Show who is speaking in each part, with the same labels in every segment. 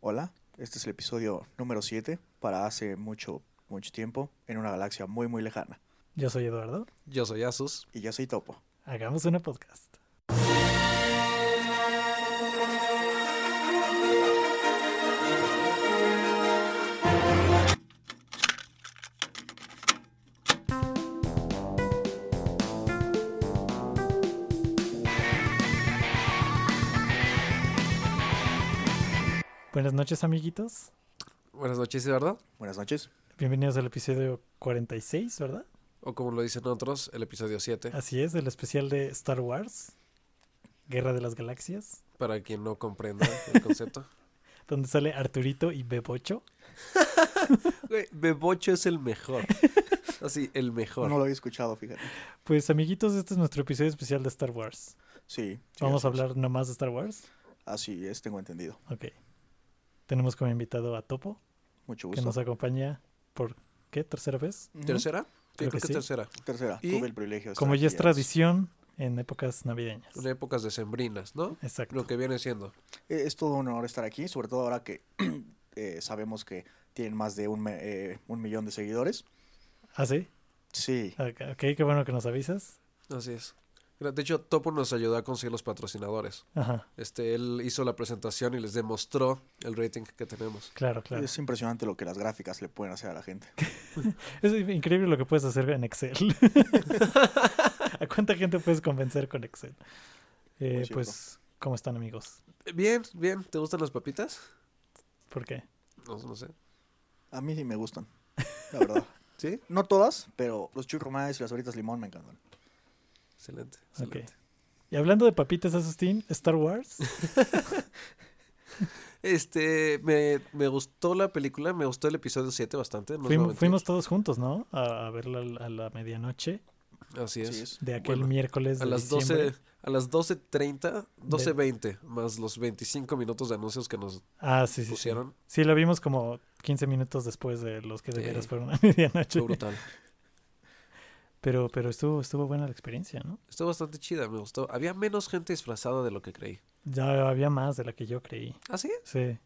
Speaker 1: Hola, este es el episodio número 7 para hace mucho, mucho tiempo en una galaxia muy, muy lejana.
Speaker 2: Yo soy Eduardo.
Speaker 3: Yo soy Asus.
Speaker 1: Y yo soy Topo.
Speaker 2: Hagamos una podcast. Buenas noches, amiguitos.
Speaker 3: Buenas noches, Eduardo.
Speaker 1: Buenas noches.
Speaker 2: Bienvenidos al episodio 46, ¿verdad?
Speaker 3: O como lo dicen otros, el episodio 7.
Speaker 2: Así es, el especial de Star Wars, Guerra de las Galaxias,
Speaker 3: Para quien no comprenda el concepto.
Speaker 2: donde sale Arturito y Bebocho.
Speaker 3: Güey, Bebocho es el mejor. Así, el mejor.
Speaker 1: No lo había escuchado, fíjate.
Speaker 2: Pues, amiguitos, este es nuestro episodio especial de Star Wars.
Speaker 1: Sí. sí,
Speaker 2: Vamos
Speaker 1: así
Speaker 2: a
Speaker 1: es.
Speaker 2: hablar nomás de Star Wars.
Speaker 1: Así es, tengo entendido.
Speaker 2: Ok. Tenemos como invitado a Topo,
Speaker 1: Mucho
Speaker 2: que
Speaker 1: gusto.
Speaker 2: nos acompaña por, ¿qué? ¿Tercera vez?
Speaker 1: Ujú.
Speaker 3: ¿Tercera? Sí,
Speaker 2: Creo
Speaker 3: Creo,
Speaker 2: que
Speaker 3: que,
Speaker 2: sí.
Speaker 3: tercera.
Speaker 1: Tercera.
Speaker 3: Y-
Speaker 1: Tuve el privilegio. de estar
Speaker 2: Como ya
Speaker 1: aquí
Speaker 2: es tradición en épocas navideñas.
Speaker 3: En épocas decembrinas, ¿no?
Speaker 2: Exacto.
Speaker 3: Lo que viene siendo.
Speaker 1: Eh, Es todo un honor estar aquí, sobre todo ahora que eh, sabemos que tienen más de un, me- eh, un millón de seguidores.
Speaker 2: ¿Ah, sí?
Speaker 1: Sí.
Speaker 2: Ok, ok, qué bueno que nos avisas.
Speaker 3: Así es. Mira, De hecho, Topo nos ayudó a conseguir los patrocinadores.
Speaker 2: Ajá,
Speaker 3: Este, él hizo la presentación y les demostró el rating que tenemos.
Speaker 2: claro, claro.
Speaker 1: Es impresionante lo que las gráficas le pueden hacer a la gente.
Speaker 2: Es increíble lo que puedes hacer en Excel. ¿A cuánta gente puedes convencer con Excel? Eh,
Speaker 1: Muy cierto.
Speaker 2: pues, ¿cómo están amigos?
Speaker 3: Bien, bien. ¿Te gustan las papitas?
Speaker 2: ¿Por qué?
Speaker 3: No, no sé.
Speaker 1: A mí sí me gustan, la verdad.
Speaker 3: ¿Sí?
Speaker 1: No todas, pero los churromaes y las horitas limón me encantan.
Speaker 3: Excelente.
Speaker 2: Ok.
Speaker 3: excelente.
Speaker 2: Y hablando de papitas, Asustín, Star Wars.
Speaker 3: Este, me, me gustó la película, me gustó el episodio 7 bastante. no os voy a
Speaker 2: fuimos,
Speaker 3: mentir.
Speaker 2: fuimos todos juntos, ¿no? A, a verla al- a la medianoche
Speaker 3: Así es.
Speaker 1: Así es.
Speaker 2: de aquel
Speaker 3: Bueno,
Speaker 2: miércoles.
Speaker 3: A
Speaker 2: de
Speaker 3: las
Speaker 2: diciembre.
Speaker 3: 12, a las 12.30, 12.20, más los 25 minutos de anuncios que nos
Speaker 2: Ah, sí, sí, sí.
Speaker 3: pusieron.
Speaker 2: Sí, la vimos como 15 minutos después de los que de
Speaker 3: Sí.
Speaker 2: veras fueron a medianoche.
Speaker 3: Fue brutal.
Speaker 2: Pero, pero estuvo, estuvo buena la experiencia, ¿no?
Speaker 3: Estuvo bastante chida, me gustó. Había menos gente disfrazada de lo que creí.
Speaker 2: Ya había más de la que yo creí.
Speaker 3: ¿Ah, sí?
Speaker 2: Sí.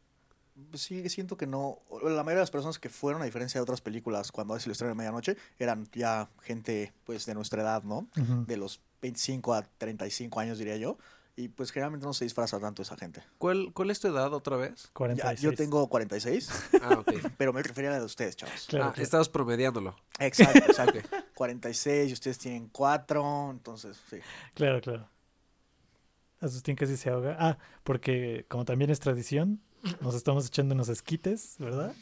Speaker 1: Sí, siento que no. La mayoría de las personas que fueron, a diferencia de otras películas, cuando es el estreno de medianoche, eran ya gente pues de nuestra edad, ¿no?
Speaker 2: Ujú.
Speaker 1: De los 25 a 35 años, diría yo. Y pues generalmente no se disfraza tanto esa gente.
Speaker 3: ¿Cuál, cuál es tu edad otra vez?
Speaker 1: Ya,
Speaker 2: 46.
Speaker 1: yo tengo 46,
Speaker 3: Ah, ok.
Speaker 1: pero me refería a la de ustedes, chavos.
Speaker 2: Claro,
Speaker 3: ah,
Speaker 2: claro.
Speaker 3: estabas promediándolo.
Speaker 1: Exacto, exacto.
Speaker 3: Ok.
Speaker 1: 46 y ustedes tienen 4, entonces sí.
Speaker 2: Claro, claro. Asustín casi se ahoga. Ah, porque como también es tradición, nos estamos echando unos esquites, ¿verdad?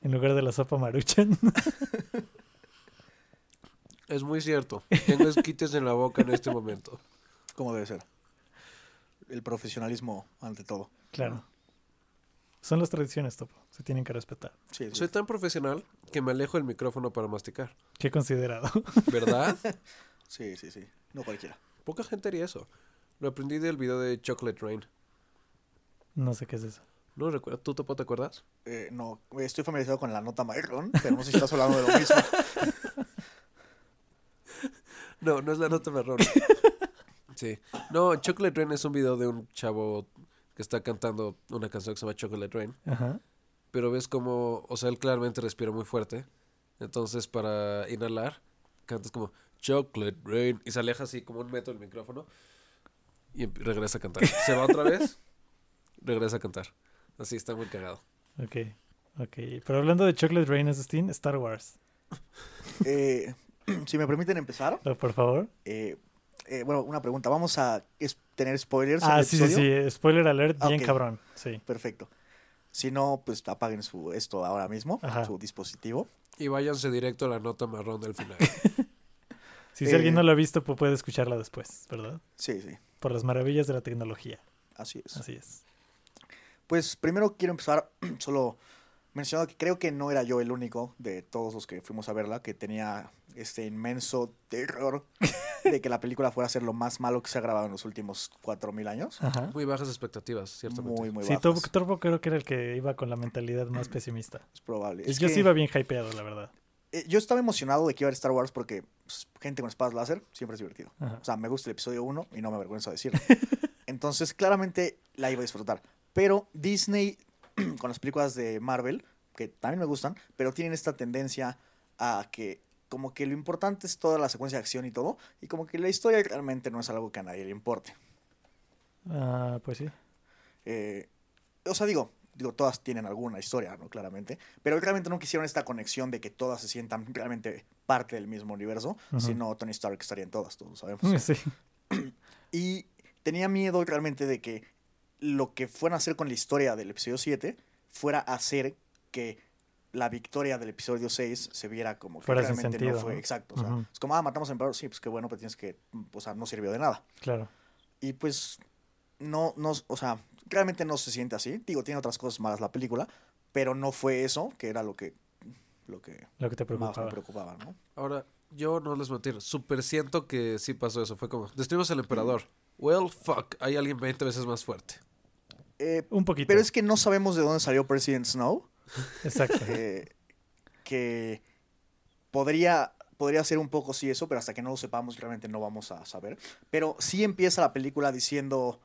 Speaker 2: En lugar de la sopa maruchan.
Speaker 3: Es muy cierto. Tengo esquites en la boca en este momento.
Speaker 1: Como debe ser. El profesionalismo ante todo.
Speaker 2: claro. Son las tradiciones, Topo. Se tienen que respetar.
Speaker 1: Sí, sí.
Speaker 3: Soy tan profesional que me alejo del micrófono para masticar.
Speaker 2: Qué considerado.
Speaker 3: ¿Verdad?
Speaker 1: Sí, sí, sí. No cualquiera.
Speaker 3: Poca gente haría eso. Lo aprendí del video de Chocolate Rain.
Speaker 2: no sé qué es eso.
Speaker 3: No recuerdo. ¿Tú, Topo, te acuerdas?
Speaker 1: Eh, no, estoy familiarizado con la nota marrón, pero no sé si estás hablando de lo mismo.
Speaker 3: No, no es la nota marrón. Sí. No, Chocolate Rain es un video de un chavo que está cantando una canción que se llama Chocolate Rain.
Speaker 2: Ajá.
Speaker 3: Pero ves como, o sea, él claramente respira muy fuerte. Entonces, para inhalar, cantas como Chocolate Rain. Y se aleja así como un metro del micrófono. Y em- regresa a cantar. Se va otra vez. Regresa a cantar. Así está muy cagado.
Speaker 2: Ok. Ok. Pero hablando de Chocolate Rain, Asustín, Star Wars.
Speaker 1: Eh, si me permiten empezar,
Speaker 2: Oh, por favor.
Speaker 1: eh, eh, bueno, una pregunta. ¿Vamos a es- tener spoilers? en
Speaker 2: Ah,
Speaker 1: el
Speaker 2: sí, sí,
Speaker 1: episodio?
Speaker 2: sí. Spoiler alert,
Speaker 1: Ah,
Speaker 2: bien
Speaker 1: ok.
Speaker 2: cabrón. Sí.
Speaker 1: Perfecto. Si no, pues apaguen su, esto ahora mismo,
Speaker 2: Ajá.
Speaker 1: su dispositivo.
Speaker 3: Y váyanse directo a la nota marrón del final.
Speaker 2: Si, si alguien
Speaker 1: Eh,
Speaker 2: no lo ha visto, pues puede escucharla después, ¿verdad?
Speaker 1: Sí, sí,
Speaker 2: Por las maravillas de la tecnología.
Speaker 1: así es.
Speaker 2: Así es.
Speaker 1: Pues primero quiero empezar solo mencionando que creo que no era yo el único de todos los que fuimos a verla que tenía este inmenso terror de que la película fuera a ser lo más malo que se ha grabado en los últimos 4.000 años.
Speaker 2: Ajá.
Speaker 3: Muy bajas expectativas, ciertamente.
Speaker 1: Muy, muy
Speaker 2: sí,
Speaker 1: bajas.
Speaker 2: Torbo, Torbo creo que era el que iba con la mentalidad más pesimista.
Speaker 1: Es probable.
Speaker 2: Y
Speaker 1: Es
Speaker 2: yo
Speaker 1: que,
Speaker 2: sí iba bien hypeado, la verdad.
Speaker 1: eh, yo estaba emocionado de que iba a ver Star Wars porque pues, gente con espadas láser siempre es divertido.
Speaker 2: Ajá.
Speaker 1: O sea, me gusta el episodio 1 y no me avergüenza decirlo. Entonces, claramente la iba a disfrutar. Pero Disney con las películas de Marvel, que también me gustan, pero tienen esta tendencia a que como que lo importante es toda la secuencia de acción y todo, y como que la historia realmente no es algo que a nadie le importe.
Speaker 2: Ah, pues sí.
Speaker 1: Eh, o sea, digo, digo, todas tienen alguna historia, ¿no? Claramente. Pero realmente no quisieron esta conexión de que todas se sientan realmente parte del mismo universo,
Speaker 2: Ujú.
Speaker 1: sino Tony Stark estaría en todas, todos lo sabemos.
Speaker 2: Sí.
Speaker 1: Y tenía miedo realmente de que lo que fueran a hacer con la historia del episodio 7 fuera a hacer que la victoria del episodio 6 se viera como que
Speaker 2: Fuera sin
Speaker 1: realmente no
Speaker 2: sentido,
Speaker 1: fue
Speaker 2: ¿no?
Speaker 1: exacto. O sea,
Speaker 2: Ujú.
Speaker 1: es como, ah, matamos al emperador, sí, pues qué bueno, pero tienes que, o sea, no sirvió de nada.
Speaker 2: Claro.
Speaker 1: Y pues, no, no, o sea, realmente no se siente así. Digo, tiene otras cosas malas la película, pero no fue eso, que era lo que, lo que
Speaker 2: Lo que te
Speaker 1: más me
Speaker 2: preocupaba.
Speaker 1: preocupaba, ¿no?
Speaker 3: Ahora, yo no les mentir, super siento que sí pasó eso. Fue como, destruimos al emperador. Well, fuck, hay alguien 20 veces más fuerte.
Speaker 1: Eh,
Speaker 2: Un poquito.
Speaker 1: pero es que no sabemos de dónde salió President Snow,
Speaker 2: Exacto.
Speaker 1: eh, que podría, podría ser un poco sí eso, pero hasta que no lo sepamos realmente no vamos a saber. Pero sí empieza la película diciendo,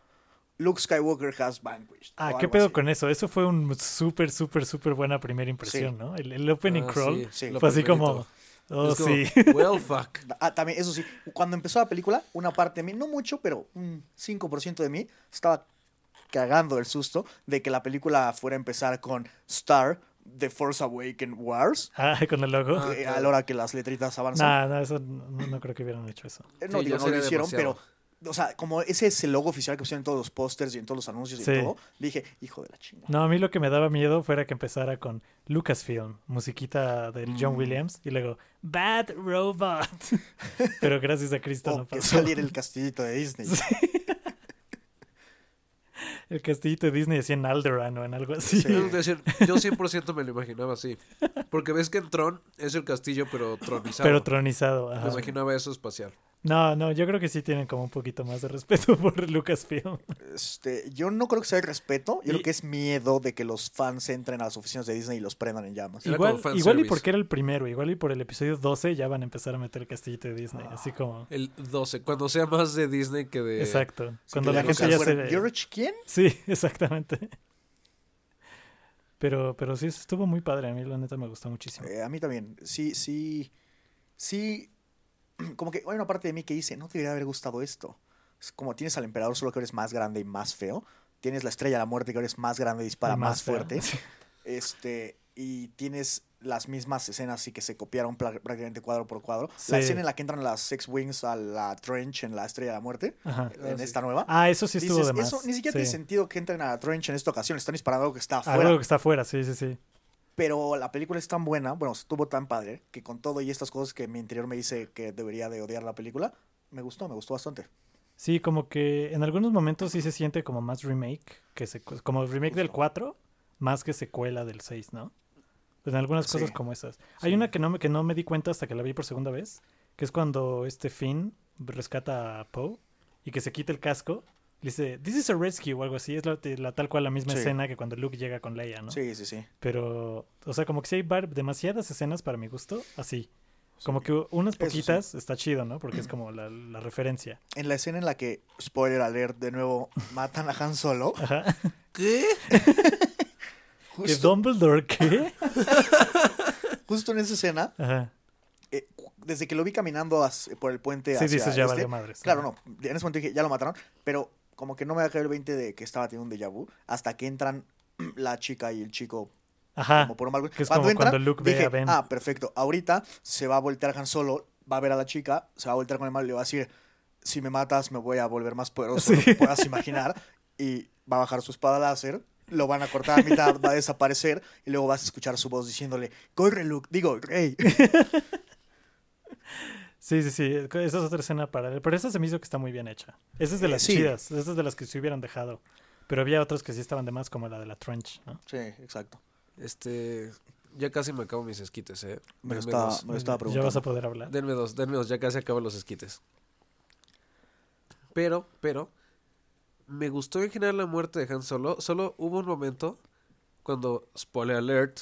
Speaker 1: Luke Skywalker has vanquished.
Speaker 2: Ah,
Speaker 1: o
Speaker 2: ¿qué
Speaker 1: algo
Speaker 2: pedo
Speaker 1: así.
Speaker 2: con eso? Eso fue un súper, súper, súper buena primera impresión,
Speaker 1: Sí.
Speaker 2: ¿no? El, el opening
Speaker 3: Ah,
Speaker 2: crawl
Speaker 1: sí,
Speaker 3: lo
Speaker 2: fue así como...
Speaker 3: primerito.
Speaker 2: Oh,
Speaker 3: Es como,
Speaker 2: sí.
Speaker 3: Well, fuck.
Speaker 1: Ah, también, eso sí, cuando empezó la película, una parte de mí, no mucho, pero un 5% de mí, estaba cagando el susto de que la película fuera a empezar con Star, The Force Awakens Wars,
Speaker 2: Ah, con el logo.
Speaker 3: Ah,
Speaker 1: eh,
Speaker 3: claro.
Speaker 1: a la hora que las letritas avanzan.
Speaker 2: Nah, no, eso no, no creo que hubieran hecho eso.
Speaker 1: Eh, no,
Speaker 3: Sí,
Speaker 1: digo, no lo
Speaker 3: ya sería
Speaker 1: hicieron,
Speaker 3: demasiado.
Speaker 1: pero, o sea, como ese es el logo oficial que pusieron en todos los pósters y en todos los anuncios y
Speaker 2: Sí.
Speaker 1: todo, dije, hijo de la chingada.
Speaker 2: No, a mí lo que me daba miedo fuera que empezara con Lucasfilm, musiquita del John
Speaker 1: Mm.
Speaker 2: Williams, y luego Bad Robot. Pero gracias a Cristo
Speaker 1: O
Speaker 2: no
Speaker 1: Oh, que
Speaker 2: pasó.
Speaker 1: saliera el castillito de Disney.
Speaker 2: El castillito de Disney así en Alderaan o en algo así.
Speaker 1: Sí.
Speaker 3: Es decir, yo 100% me lo imaginaba así. Porque ves que en Tron es el castillo, pero tronizado.
Speaker 2: Pero tronizado. ajá.
Speaker 3: Me imaginaba eso espacial.
Speaker 2: No, no, yo creo que sí tienen como un poquito más de respeto por Lucasfilm.
Speaker 1: Este, yo no creo que sea el respeto, yo
Speaker 2: Y-
Speaker 1: creo que es miedo de que los fans entren a las oficinas de Disney y los prendan en llamas.
Speaker 3: Era
Speaker 2: Igual,
Speaker 3: como fan
Speaker 2: igual y
Speaker 3: service.
Speaker 2: porque era el primero, igual y por el episodio 12 ya van a empezar a meter el castillito de Disney. Así como.
Speaker 3: El 12, cuando sea más de Disney que de...
Speaker 2: Exacto. Cuando
Speaker 1: que
Speaker 2: la
Speaker 1: ya no
Speaker 2: gente ya
Speaker 1: fuera,
Speaker 2: se.
Speaker 1: George, ¿quién?
Speaker 2: Sí, exactamente. Pero, pero sí, estuvo muy padre. A mí, la neta, me gustó muchísimo.
Speaker 1: Eh, a mí también. Sí, sí, sí. Como que hay una parte de mí que dice, no te debería haber gustado esto. Es como tienes al emperador, solo que ahora es más grande y más feo. Tienes la estrella de la muerte, que ahora es más grande y dispara
Speaker 2: Y
Speaker 1: más,
Speaker 2: feo.
Speaker 1: fuerte. Este, y tienes las mismas escenas y que se copiaron pra- prácticamente cuadro por cuadro. La
Speaker 2: Sí.
Speaker 1: escena en la que entran las Six Wings a la Trench en la estrella de la muerte,
Speaker 2: Ajá.
Speaker 1: en
Speaker 3: sí.
Speaker 1: esta nueva.
Speaker 2: Ah, eso sí estuvo
Speaker 1: dices,
Speaker 2: de más.
Speaker 1: eso ni siquiera
Speaker 2: sí.
Speaker 1: tiene sentido que entren a la Trench en esta ocasión. Están disparando algo que está
Speaker 2: Algo
Speaker 1: afuera.
Speaker 2: que está afuera, sí, sí, sí.
Speaker 1: Pero la película es tan buena, bueno, estuvo tan padre, que con todo y estas cosas que mi interior me dice que debería de odiar la película, me gustó, me gustó bastante.
Speaker 2: Sí, como que en algunos momentos sí se siente como más remake, que se, como remake del
Speaker 1: Justo.
Speaker 2: 4, más que secuela del 6, ¿no? Pues, En algunas cosas
Speaker 1: Sí.
Speaker 2: como esas. Hay
Speaker 1: Sí.
Speaker 2: una que no, me, que no me di cuenta hasta que la vi por segunda vez, que es cuando este Finn rescata a Poe y que se quita el casco. Le dice, this is a rescue o algo así. Es la, la- tal cual la misma
Speaker 1: Sí.
Speaker 2: escena que cuando Luke llega con Leia, ¿no?
Speaker 1: Sí, sí, sí.
Speaker 2: Pero, o sea, como que sí hay var- demasiadas escenas para mi gusto, así. Como
Speaker 1: Sí.
Speaker 2: que unas
Speaker 1: Eso sí.
Speaker 2: poquitas está chido, ¿no? Porque es como la, la referencia.
Speaker 1: En la escena en la que, spoiler alert, de nuevo matan a Han Solo,
Speaker 2: Ajá.
Speaker 3: ¿Qué?
Speaker 2: ¿Que
Speaker 1: justo,
Speaker 2: Dumbledore qué?
Speaker 1: justo en esa escena,
Speaker 2: Ajá.
Speaker 1: eh, cu- desde que lo vi caminando hacia- por el puente
Speaker 2: Sí,
Speaker 1: hacia
Speaker 2: dices, ya
Speaker 1: este,
Speaker 2: valió madres.
Speaker 1: Claro,
Speaker 2: Ajá.
Speaker 1: no, en ese momento dije, ya lo mataron, pero como que no me había caído el 20 de que estaba teniendo un déjà vu, hasta que entran la chica y el chico
Speaker 2: Ajá.
Speaker 1: como por un mal-
Speaker 2: que es como cuando Luke ve
Speaker 1: dije,
Speaker 2: a Ben.
Speaker 1: Ah, perfecto. Ahorita se va a voltear Han Solo, va a ver a la chica, se va a voltear con el mal y le va a decir, si me matas me voy a volver más poderoso,
Speaker 2: Sí.
Speaker 1: lo que puedas imaginar. Y va a bajar su espada láser, lo van a cortar a mitad, va a desaparecer y luego vas a escuchar su voz diciéndole, corre Luke, digo, rey.
Speaker 2: Sí, sí, sí. Esa es otra escena paralela. Pero esa se me hizo que está muy bien hecha. Esa es de
Speaker 1: Eh,
Speaker 2: las
Speaker 1: sí.
Speaker 2: chidas. Esa es de las que se hubieran dejado. Pero había otras que sí estaban de más, como la de la Trench, ¿no?
Speaker 1: Sí, exacto.
Speaker 3: Este... Ya casi me acabo mis esquites, ¿eh?
Speaker 1: Me lo
Speaker 3: Denme
Speaker 1: estaba,
Speaker 3: dos.
Speaker 1: me lo estaba
Speaker 2: Ya vas a
Speaker 1: preguntando.
Speaker 2: poder hablar.
Speaker 3: Denme dos, denme dos, ya casi acabo los esquites. Pero, pero, me gustó en general la muerte de Han Solo. Solo hubo un momento cuando, spoiler alert,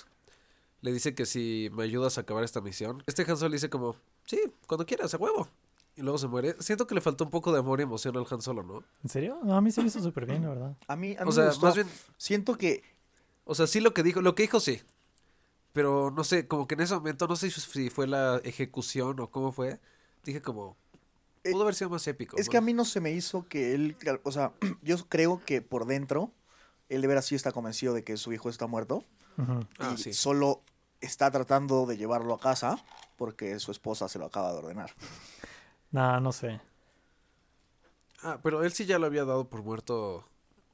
Speaker 3: le dice que si me ayudas a acabar esta misión. Este Han Solo dice como, sí, cuando quieras, a huevo. Y luego se muere. Siento que le faltó un poco de amor y emoción al Han Solo, ¿no?
Speaker 2: ¿En serio? No, a mí se me hizo súper bien, la verdad.
Speaker 1: A mí, a mí
Speaker 3: O sea,
Speaker 1: me gustó.
Speaker 3: más bien,
Speaker 1: Siento que
Speaker 3: O sea, sí lo que dijo, lo que dijo sí. Pero no sé, como que en ese momento, no sé si fue la ejecución o cómo fue. Dije como,
Speaker 1: Eh,
Speaker 3: pudo haber sido más épico.
Speaker 1: Es
Speaker 3: ¿no?
Speaker 1: que a mí no se me hizo que él, o sea, yo creo que por dentro, él de veras sí está convencido de que su hijo está muerto.
Speaker 2: Ujú.
Speaker 3: Ah,
Speaker 1: y
Speaker 3: sí.
Speaker 1: solo está tratando de llevarlo a casa porque su esposa se lo acaba de ordenar.
Speaker 2: No, no sé.
Speaker 3: Ah, pero él sí ya lo había dado por muerto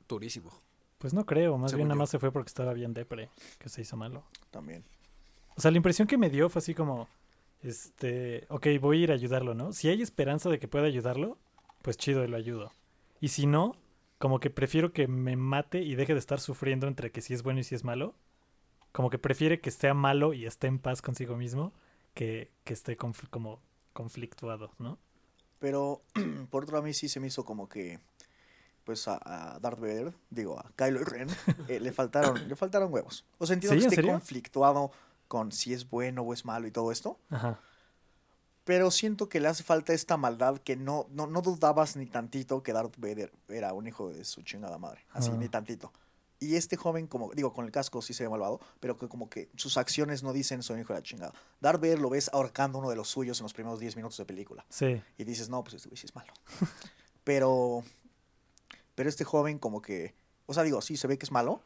Speaker 3: durísimo.
Speaker 2: Pues no creo, más bien
Speaker 3: Según
Speaker 2: nada
Speaker 3: yo.
Speaker 2: más se fue porque estaba bien depre, que se hizo malo.
Speaker 1: También.
Speaker 2: O sea, la impresión que me dio fue así como, este, ok, voy a ir a ayudarlo, ¿no? Si hay esperanza de que pueda ayudarlo, pues chido, y lo ayudo. Y si no, como que prefiero que me mate y deje de estar sufriendo entre que si es bueno y si es malo. Como que prefiere que sea malo y esté en paz consigo mismo que, que esté conf- como conflictuado, ¿no?
Speaker 1: Pero por otro a mí sí se me hizo como que pues a, a Darth Vader, digo a Kylo Ren, eh, le faltaron le faltaron huevos. O sea, entiendo
Speaker 2: ¿Sí?
Speaker 1: que
Speaker 2: ¿En
Speaker 1: esté
Speaker 2: serio?
Speaker 1: conflictuado con si es bueno o es malo y todo esto,
Speaker 2: Ajá.
Speaker 1: pero siento que le hace falta esta maldad que no no, no dudabas ni tantito que Darth Vader era un hijo de su chingada madre, así
Speaker 2: Ah.
Speaker 1: ni tantito. Y este joven, como digo, con el casco sí se ve malvado, pero que como que sus acciones no dicen soy un hijo de la chingada. Darth Vader lo ves ahorcando a uno de los suyos en los primeros 10 minutos de película.
Speaker 2: Sí.
Speaker 1: Y dices, no, pues este güey sí es malo. Pero, pero este joven como que, o sea, digo, sí, se ve que es malo,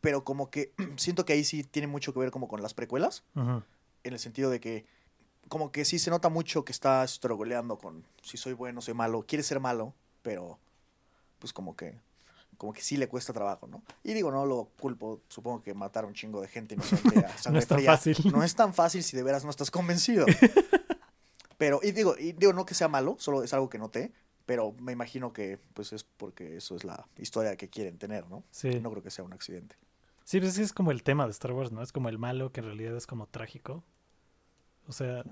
Speaker 1: pero como que siento que ahí sí tiene mucho que ver como con las precuelas,
Speaker 2: Ujú.
Speaker 1: en el sentido de que como que sí se nota mucho que está estrogoleando con si soy bueno, soy malo, quiere ser malo, pero pues como que como que sí le cuesta trabajo, ¿no? Y digo, no lo culpo, supongo que matar a un chingo de gente inocente a sangre
Speaker 2: es tan
Speaker 1: fría
Speaker 2: fácil.
Speaker 1: no es tan fácil si de veras no estás convencido. Pero y digo, y digo no que sea malo, solo es algo que noté, pero me imagino que pues es porque eso es la historia que quieren tener, ¿no?
Speaker 2: Sí.
Speaker 1: No creo que sea un accidente.
Speaker 2: Sí, pues es como el tema de Star Wars, ¿no? Es como el malo que en realidad es como trágico. O sea,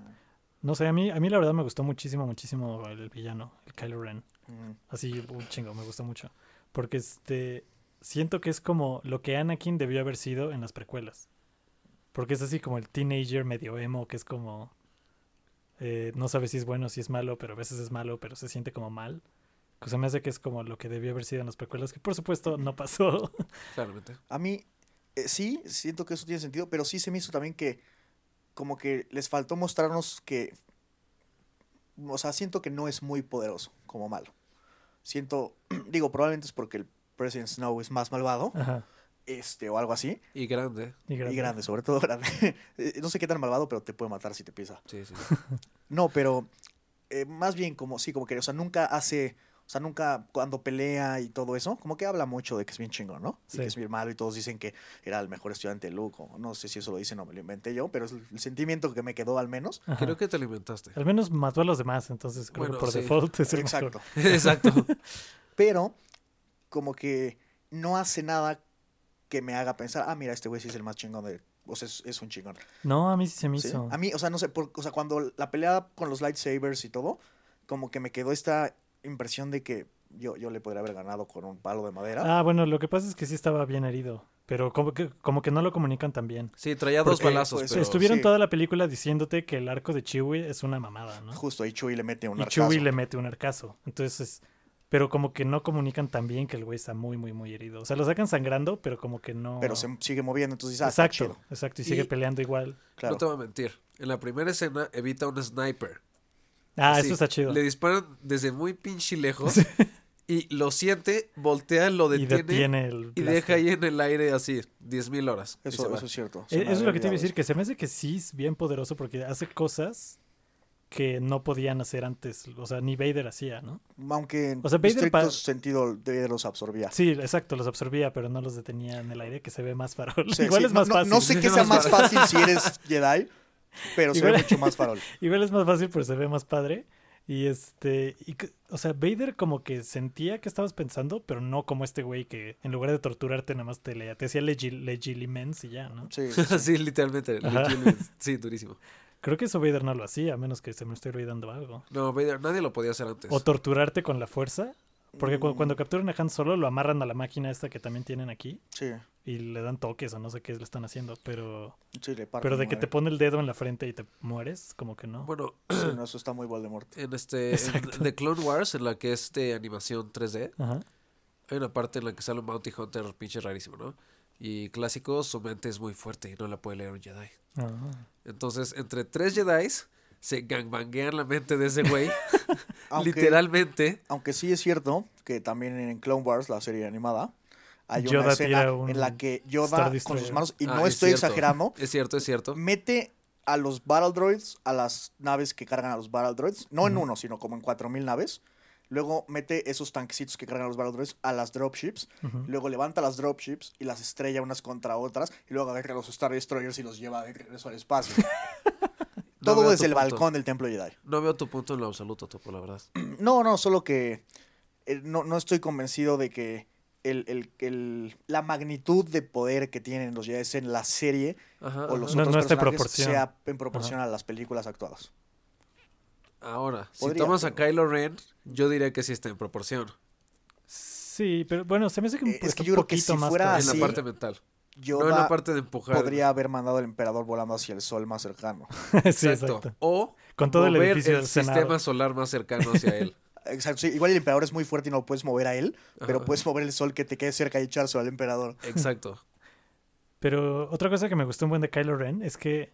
Speaker 2: no sé, a mí, a mí la verdad me gustó muchísimo, muchísimo el villano, el Kylo Ren.
Speaker 1: Mm,
Speaker 2: Así, un chingo, me gustó mucho. Porque este, siento que es como lo que Anakin debió haber sido en las precuelas. Porque es así como el teenager medio emo, que es como, eh, no sabe si es bueno, si es malo, pero a veces es malo, pero se siente como mal. O sea, me hace que es como lo que debió haber sido en las precuelas, que por supuesto no pasó.
Speaker 3: Claramente.
Speaker 1: A mí eh, sí, siento que eso tiene sentido, pero sí se me hizo también que como que les faltó mostrarnos que o sea, siento que no es muy poderoso como malo. Siento, digo, probablemente es porque el President Snow es más malvado,
Speaker 2: Ajá.
Speaker 1: este o algo así.
Speaker 3: Y grande.
Speaker 1: Y grande, sobre todo grande. Eh, no sé qué tan malvado, pero te puede matar si te pisa.
Speaker 3: Sí, sí.
Speaker 1: No, pero eh, más bien como, sí, como que, o sea, nunca hace, o sea, nunca cuando pelea y todo eso, como que habla mucho de que es bien chingón, ¿no? Y
Speaker 2: Sí.
Speaker 1: que es bien malo y todos dicen que era el mejor estudiante de Luke. o no sé si eso lo dicen o me lo inventé yo, pero es el sentimiento que me quedó al menos.
Speaker 2: Ajá.
Speaker 3: Creo que te alimentaste.
Speaker 2: Al menos mató a los demás, entonces creo
Speaker 3: Bueno,
Speaker 2: que por
Speaker 3: sí.
Speaker 2: default es el mejor.
Speaker 1: Exacto.
Speaker 3: Exacto.
Speaker 1: Pero como que no hace nada que me haga pensar, ah, mira, este güey sí es el más chingón de... O sea, es- es un chingón.
Speaker 2: No, a mí sí se me
Speaker 1: Sí,
Speaker 2: hizo.
Speaker 1: A mí, o sea, no sé, por- o sea, cuando la pelea con los lightsabers y todo, como que me quedó esta impresión de que yo, yo le podría haber ganado con un palo de madera.
Speaker 2: Ah, bueno, lo que pasa es que sí estaba bien herido, pero como que, como que no lo comunican tan bien.
Speaker 3: Sí, traía dos
Speaker 1: Porque,
Speaker 3: balazos,
Speaker 1: pues,
Speaker 3: pero...
Speaker 2: Estuvieron
Speaker 1: sí.
Speaker 2: toda la película diciéndote que el arco de Chewie es una mamada, ¿no?
Speaker 1: Justo ahí Chewie le mete un
Speaker 2: Ah. Y
Speaker 1: arcazo.
Speaker 2: Chewie le mete un arcazo. Entonces, pero como que no comunican tan bien que el güey está muy, muy, muy herido. O sea, lo sacan sangrando, pero como que no.
Speaker 1: Pero se sigue moviendo, entonces ah, está
Speaker 2: Exacto,
Speaker 1: chido,
Speaker 2: exacto, y
Speaker 3: Y-
Speaker 2: sigue peleando igual.
Speaker 1: claro.
Speaker 3: No te voy a mentir. En la primera escena evita un sniper.
Speaker 2: Ah,
Speaker 3: Así,
Speaker 2: eso está chido.
Speaker 3: Le disparan desde muy pinche lejos y lo siente, voltea, lo
Speaker 2: Y
Speaker 3: detiene y,
Speaker 2: detiene el.
Speaker 3: deja
Speaker 2: blaster.
Speaker 3: ahí en el aire así 10.000 horas. y se
Speaker 1: Eso,
Speaker 3: va.
Speaker 1: eso es cierto. se
Speaker 2: Eh,
Speaker 1: me
Speaker 2: Eso es
Speaker 1: había
Speaker 2: lo que te iba
Speaker 1: olvidado
Speaker 2: a decir,
Speaker 1: eso.
Speaker 2: que se me hace que sí es bien poderoso porque hace cosas que no podían hacer antes. O sea, ni Vader hacía, ¿no?
Speaker 1: Aunque en
Speaker 2: O sea, Vader
Speaker 1: estricto
Speaker 2: pa-
Speaker 1: sentido Vader los absorbía.
Speaker 2: Sí, exacto, los absorbía, pero no los detenía en el aire, que se ve más farol.
Speaker 1: O sea,
Speaker 2: Igual
Speaker 1: sí,
Speaker 2: es
Speaker 1: no-
Speaker 2: más
Speaker 1: no,
Speaker 2: fácil.
Speaker 1: No sé qué
Speaker 3: Es
Speaker 1: sea más
Speaker 3: más
Speaker 1: fácil si eres Jedi, pero se ve
Speaker 2: Igual-
Speaker 1: mucho más farol.
Speaker 2: Igual es más fácil, pero se ve más padre. Y este, y c- o sea, Vader como que sentía que estabas pensando, pero no como este güey que en lugar de torturarte nada más te leía, te hacía legi- legilimens y ya, ¿no?
Speaker 1: Sí, sí, sí.
Speaker 3: sí, literalmente.
Speaker 2: Ajá.
Speaker 3: literalmente, Sí, durísimo.
Speaker 2: Creo que eso Vader no lo hacía, a menos que se me esté olvidando algo.
Speaker 3: No, Vader, nadie lo podía hacer antes.
Speaker 2: O torturarte con la fuerza, porque cu-
Speaker 1: Mm,
Speaker 2: cuando capturan a Han Solo lo amarran a la máquina esta que también tienen aquí
Speaker 1: Sí,
Speaker 2: y le dan toques o no sé qué le están haciendo, pero
Speaker 1: sí, le parten
Speaker 2: pero de
Speaker 1: la
Speaker 2: que
Speaker 1: madre.
Speaker 2: te pone el dedo en la frente y te mueres, como que no.
Speaker 3: Bueno,
Speaker 1: Sí, no, eso está muy Voldemort.
Speaker 3: en este en
Speaker 2: Exacto.
Speaker 3: The Clone Wars, en la que es de animación 3D,
Speaker 2: Ajá.
Speaker 3: hay una parte en la que sale un Bounty Hunter pinche rarísimo, ¿no? y clásicos, su mente es muy fuerte y no la puede leer un Jedi.
Speaker 2: Ah.
Speaker 3: Entonces, entre tres Jedis se gangbanguean la mente de ese güey.
Speaker 1: Aunque-
Speaker 3: Literalmente.
Speaker 1: Aunque sí es cierto que también en Clone Wars, la serie animada, hay
Speaker 2: Yoda
Speaker 1: una escena
Speaker 2: tira un
Speaker 1: en la que
Speaker 2: Star
Speaker 1: Yoda con
Speaker 2: Destroyer.
Speaker 1: sus manos, y
Speaker 3: Ah,
Speaker 1: no
Speaker 3: es
Speaker 1: estoy
Speaker 3: cierto.
Speaker 1: exagerando,
Speaker 3: Es cierto, es cierto.
Speaker 1: mete a los Battle Droids, a las naves que cargan a los Battle Droids, no en uno, sino como en 4000 naves. Luego mete esos tanquecitos que cargan a los Battle Droids a las dropships.
Speaker 2: Ujú.
Speaker 1: Luego levanta las dropships y las estrella unas contra otras. Y luego agarra a los Star Destroyers y los lleva de regreso al espacio.
Speaker 3: No
Speaker 1: Todo
Speaker 3: veo
Speaker 1: desde el
Speaker 3: tu punto.
Speaker 1: balcón del Templo Jedi.
Speaker 3: No veo tu punto en lo absoluto, Topo, la verdad.
Speaker 1: No, no, solo que eh, no, no estoy convencido de que el, el- el- la magnitud de poder que tienen los Jedi en la serie
Speaker 3: Ajá,
Speaker 1: o los
Speaker 3: ajá.
Speaker 2: No-
Speaker 1: otros
Speaker 2: no está en
Speaker 1: personajes
Speaker 2: proporción.
Speaker 1: sea en proporción a las películas actuadas.
Speaker 3: Ahora, si
Speaker 1: Podría,
Speaker 3: tomas a
Speaker 1: pero-
Speaker 3: Kylo Ren, yo diría que sí está en proporción.
Speaker 2: Sí, pero bueno, se me hace que un
Speaker 1: Eh, es que
Speaker 2: po-
Speaker 1: yo creo que
Speaker 2: poquito
Speaker 1: si
Speaker 2: más
Speaker 1: fuera
Speaker 2: todavía.
Speaker 3: en la
Speaker 1: Ah, sí.
Speaker 3: parte mental.
Speaker 1: Yo
Speaker 3: no en la parte de empujar.
Speaker 1: podría haber mandado al emperador volando hacia el sol más cercano.
Speaker 2: sí,
Speaker 3: exacto.
Speaker 2: exacto.
Speaker 3: O
Speaker 2: Con todo el
Speaker 3: mover
Speaker 2: edificio del Senado.
Speaker 3: sistema solar más cercano hacia él.
Speaker 1: Exacto, sí, igual el emperador es muy fuerte y no lo puedes mover a él, pero
Speaker 3: Ajá.
Speaker 1: puedes mover el sol que te quede cerca y echarse al emperador.
Speaker 3: Exacto.
Speaker 2: Pero otra cosa que me gustó un buen de Kylo Ren es que,